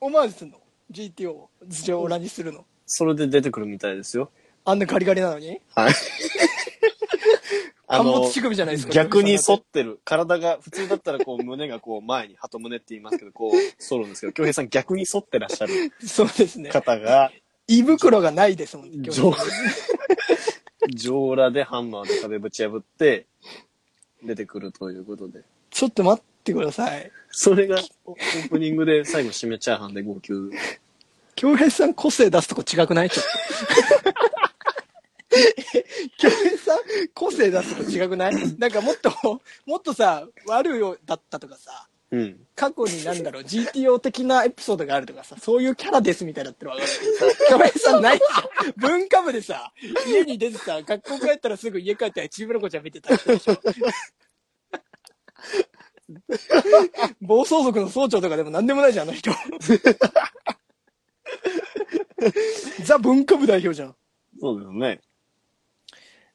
B: オマージュすんの ?GTO を上裸にするの。
C: それで出てくるみたいですよ。
B: あんなガリガリなのに
C: はい。 あ
B: 陥
C: の
B: 没、仕組みじゃないですか。
C: 逆に
B: そ
C: 反ってる。体が、普通だったらこう胸がこう前に、鳩胸って言いますけど、こう、反るんですけど、京平さん逆に反ってらっしゃる
B: そうですね。
C: 方が、
B: 胃袋がないですもんね。今日
C: 上、 上裸でハンマーで壁ぶち破って、出てくるということで。
B: ちょっと待ってください。
C: それが、オオープニングで最後締めチャーハンで号泣。
B: 京平さん個性出すとこ違くないちょっと。京平さん個性出すとこ違くないなんかもっと、もっとさ、悪いようだったとかさ、
C: うん。
B: 過去になんだろう、GTO 的なエピソードがあるとかさ、そういうキャラですみたいだったらわかるけどさ、京平さんないじゃん。文化部でさ、家に出てさ、学校帰ったらすぐ家帰ってちびまる子ちゃん見てた人でしょ。暴走族の総長とかでも何でもないじゃん、あの人。ザ文化部代表じゃん。
C: そうだよね。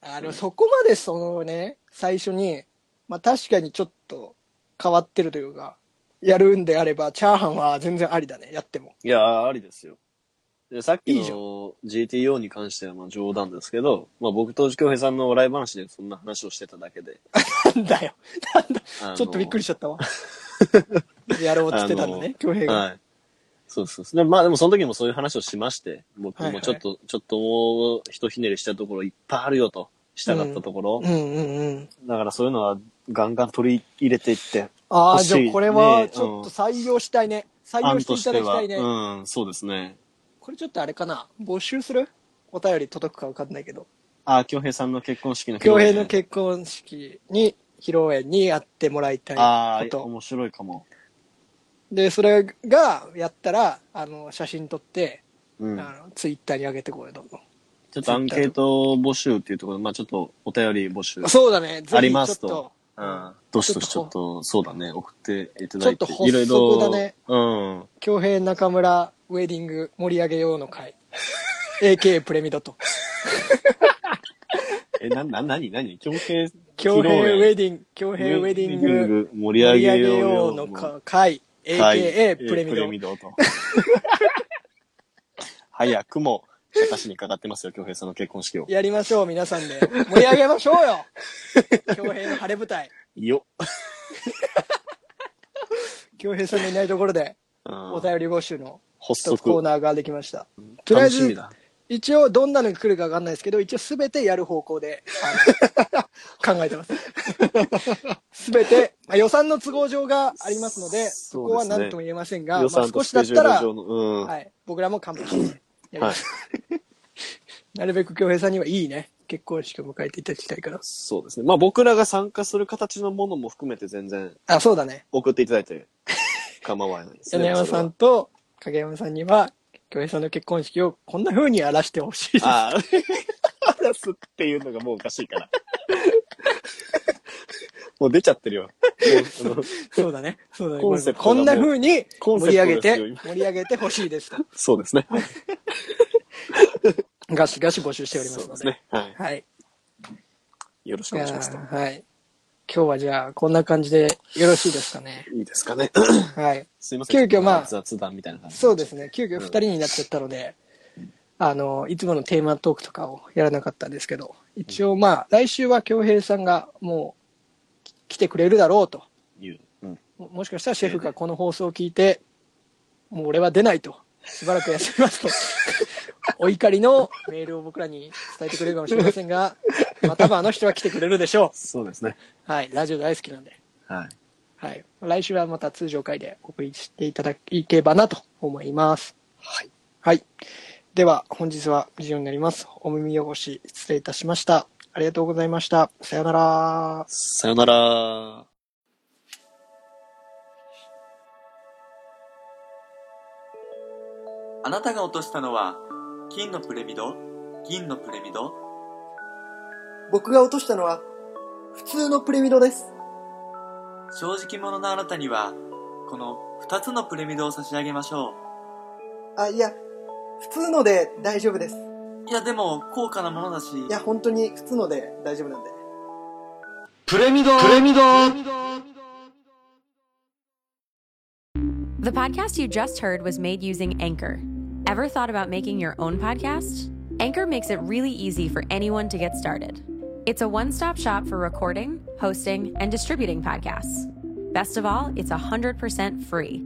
B: あの、そこまでそのね、最初に、まあ確かにちょっと変わってるというか、やるんであれば、チャーハンは全然ありだね、やっても。
C: いやー、ありですよ。で、さっき
B: いいじゃん
C: の GTO に関してはまあ冗談ですけど、まあ僕と京平さんの笑い話でそんな話をしてただけで。
B: なんだよ。なんだ。
C: あの
B: ちょっとびっくりしちゃ ったわ。やろうって言ってたんだ
C: あ
B: ね、恭平が。
C: はい。そうそうそう。でまあでもその時もそういう話をしまして、僕
B: はいは
C: も
B: い
C: ちょっと、ちょっともう、ひとひねりしたところいっぱいあるよと、したかったところ
B: う。んうんうん。
C: だからそういうのはガンガン取り入れていって、
B: ああ、
C: 欲し
B: じ
C: い
B: ゃあこれは
C: ね
B: ちょっと採用したいね。採用
C: 案
B: して
C: と
B: い
C: した
B: だ
C: て
B: きた
C: は、
B: いね。
C: うん、そうですね。
B: これちょっとあれかな。募集するお便り届くかわかんないけど。
C: あ、京平さんの結婚式の披露
B: 恭
C: 宴
B: 平の結婚式に、披露宴にやってもらいたい
C: あ
B: こ
C: あ、
B: と。
C: 面白いかも。
B: でそれがやったらあの写真撮って、
C: うん。
B: あのツイッターに上げてこいどんどん
C: ちょっとアンケート募集っていうところで、まあちょっとお便り募集。
B: そうだね
C: あります
B: ちょ
C: と
B: っ。
C: うん。どしどしちょっと、そうだね、送っていただいて。
B: ちょっと発足だね
C: いろいろ。うん。
B: 恭平中村ウェディング盛り上げようの 会 AK プレミドと
C: え、な、な、なになに京平、
B: 恭平ウェディング
C: ウ
B: 恭平ウェディング
C: 盛り
B: 盛
C: 上
B: り上
C: げ
B: げ
C: よ
B: よ
C: う
B: うの
C: か。
B: 会
C: はい
B: AKA プレミド
C: プレミドと。 早くも、茶化しにかかってますよ、京平さんの結婚式を。
B: やりましょう皆さんで盛り上げましょう よ恭平の晴れ舞台
C: よ。
B: 恭平さんのいないところで
C: うん
B: お便り募集の
C: 発足。
B: コーナーができましたとりあえ
C: 楽しみ
B: ず
C: だ
B: 一応どんなのが来るか分かんないですけど一応全てやる方向であ の考えてます全て、まあ、予算の都合上がありますのでそこは
C: そうですね
B: 何とも言えませんが、まあ、
C: 予算
B: 少
C: と
B: し
C: ス
B: だっ
C: ケジュ
B: た
C: ール
B: ら、
C: 上の、うん。は。
B: はいい、僕らも完璧してやります、なるべく恭平さんにはいいね結婚式を迎えていただきたいから
C: そうですね。まあ僕らが参加する形のものも含めて全然
B: あそうだね
C: 送っていただいて構わないですね。
B: 米山さんと影山さんには恭平さんの結婚式をこんな風に荒らしてほしいです
C: ああ、話すっていうのがもうおかし いから。もう出ちゃって るよ。もうあの
B: そうだね。そうだね。
C: コンセプト
B: こ
C: が
B: ん
C: もう
B: な風に
C: コン
B: 盛
C: セプ
B: り上げ
C: トですよ
B: て、盛り上げてほしいですと。
C: そうですね。
B: ガシガシ募集しておりま
C: そう
B: すの
C: で。
B: です
C: ね。はい。
B: はい。
C: よろしく
B: い
C: お
B: や
C: 願いしますと。
B: ーはい。今日はじゃあ、こんな感じでよろしいですかね。
C: いいですかね。
B: はい。
C: すいません。
B: 急遽まあ
C: 雑談みたいな感じ。。
B: そううですね。急遽二人になっちゃったので、あの、いつものテーマトークとかをやらなかったんですけど、一応まあ、来週は京平さんがもうき来てくれるだろうと。
C: いう。うん。
B: ももしかしたらシェフがこの放送を聞いて、もう俺は出ないと、しばらく休みますと、 お怒りのメールを僕らに伝えてくれるかもしれませんが、まあ多分あの人は来てくれるでしょ
C: そうですね。
B: う。はい、ラジオ大好きなんで。
C: はい。
B: はい。来週はまた通常回でお送りしていただけばなと思います。はい。はい。では、本日は以上になります。お耳汚し、失礼いたしました。ありがとうございました。さようなら。
C: さよなら。
F: 「
G: あなたが落としたのは金のプレミド銀のプレミド
H: 僕が落としたのは、普通のプレミドです。
G: 正直者のあなたにはこの2つのプレミドを差し上げましょ
H: あ、いや、普通ので大丈夫です。
G: ういやでも高価なものだし
H: いや、本当に普通ので大丈夫なんで。
I: The podcast you just heard was made using Anchor. Ever thought about making your own podcast? Anchor makes it really easy for anyone to get started. It's a one stop shop for recording, hosting, and distributing podcasts. Best of all, it's 100% free.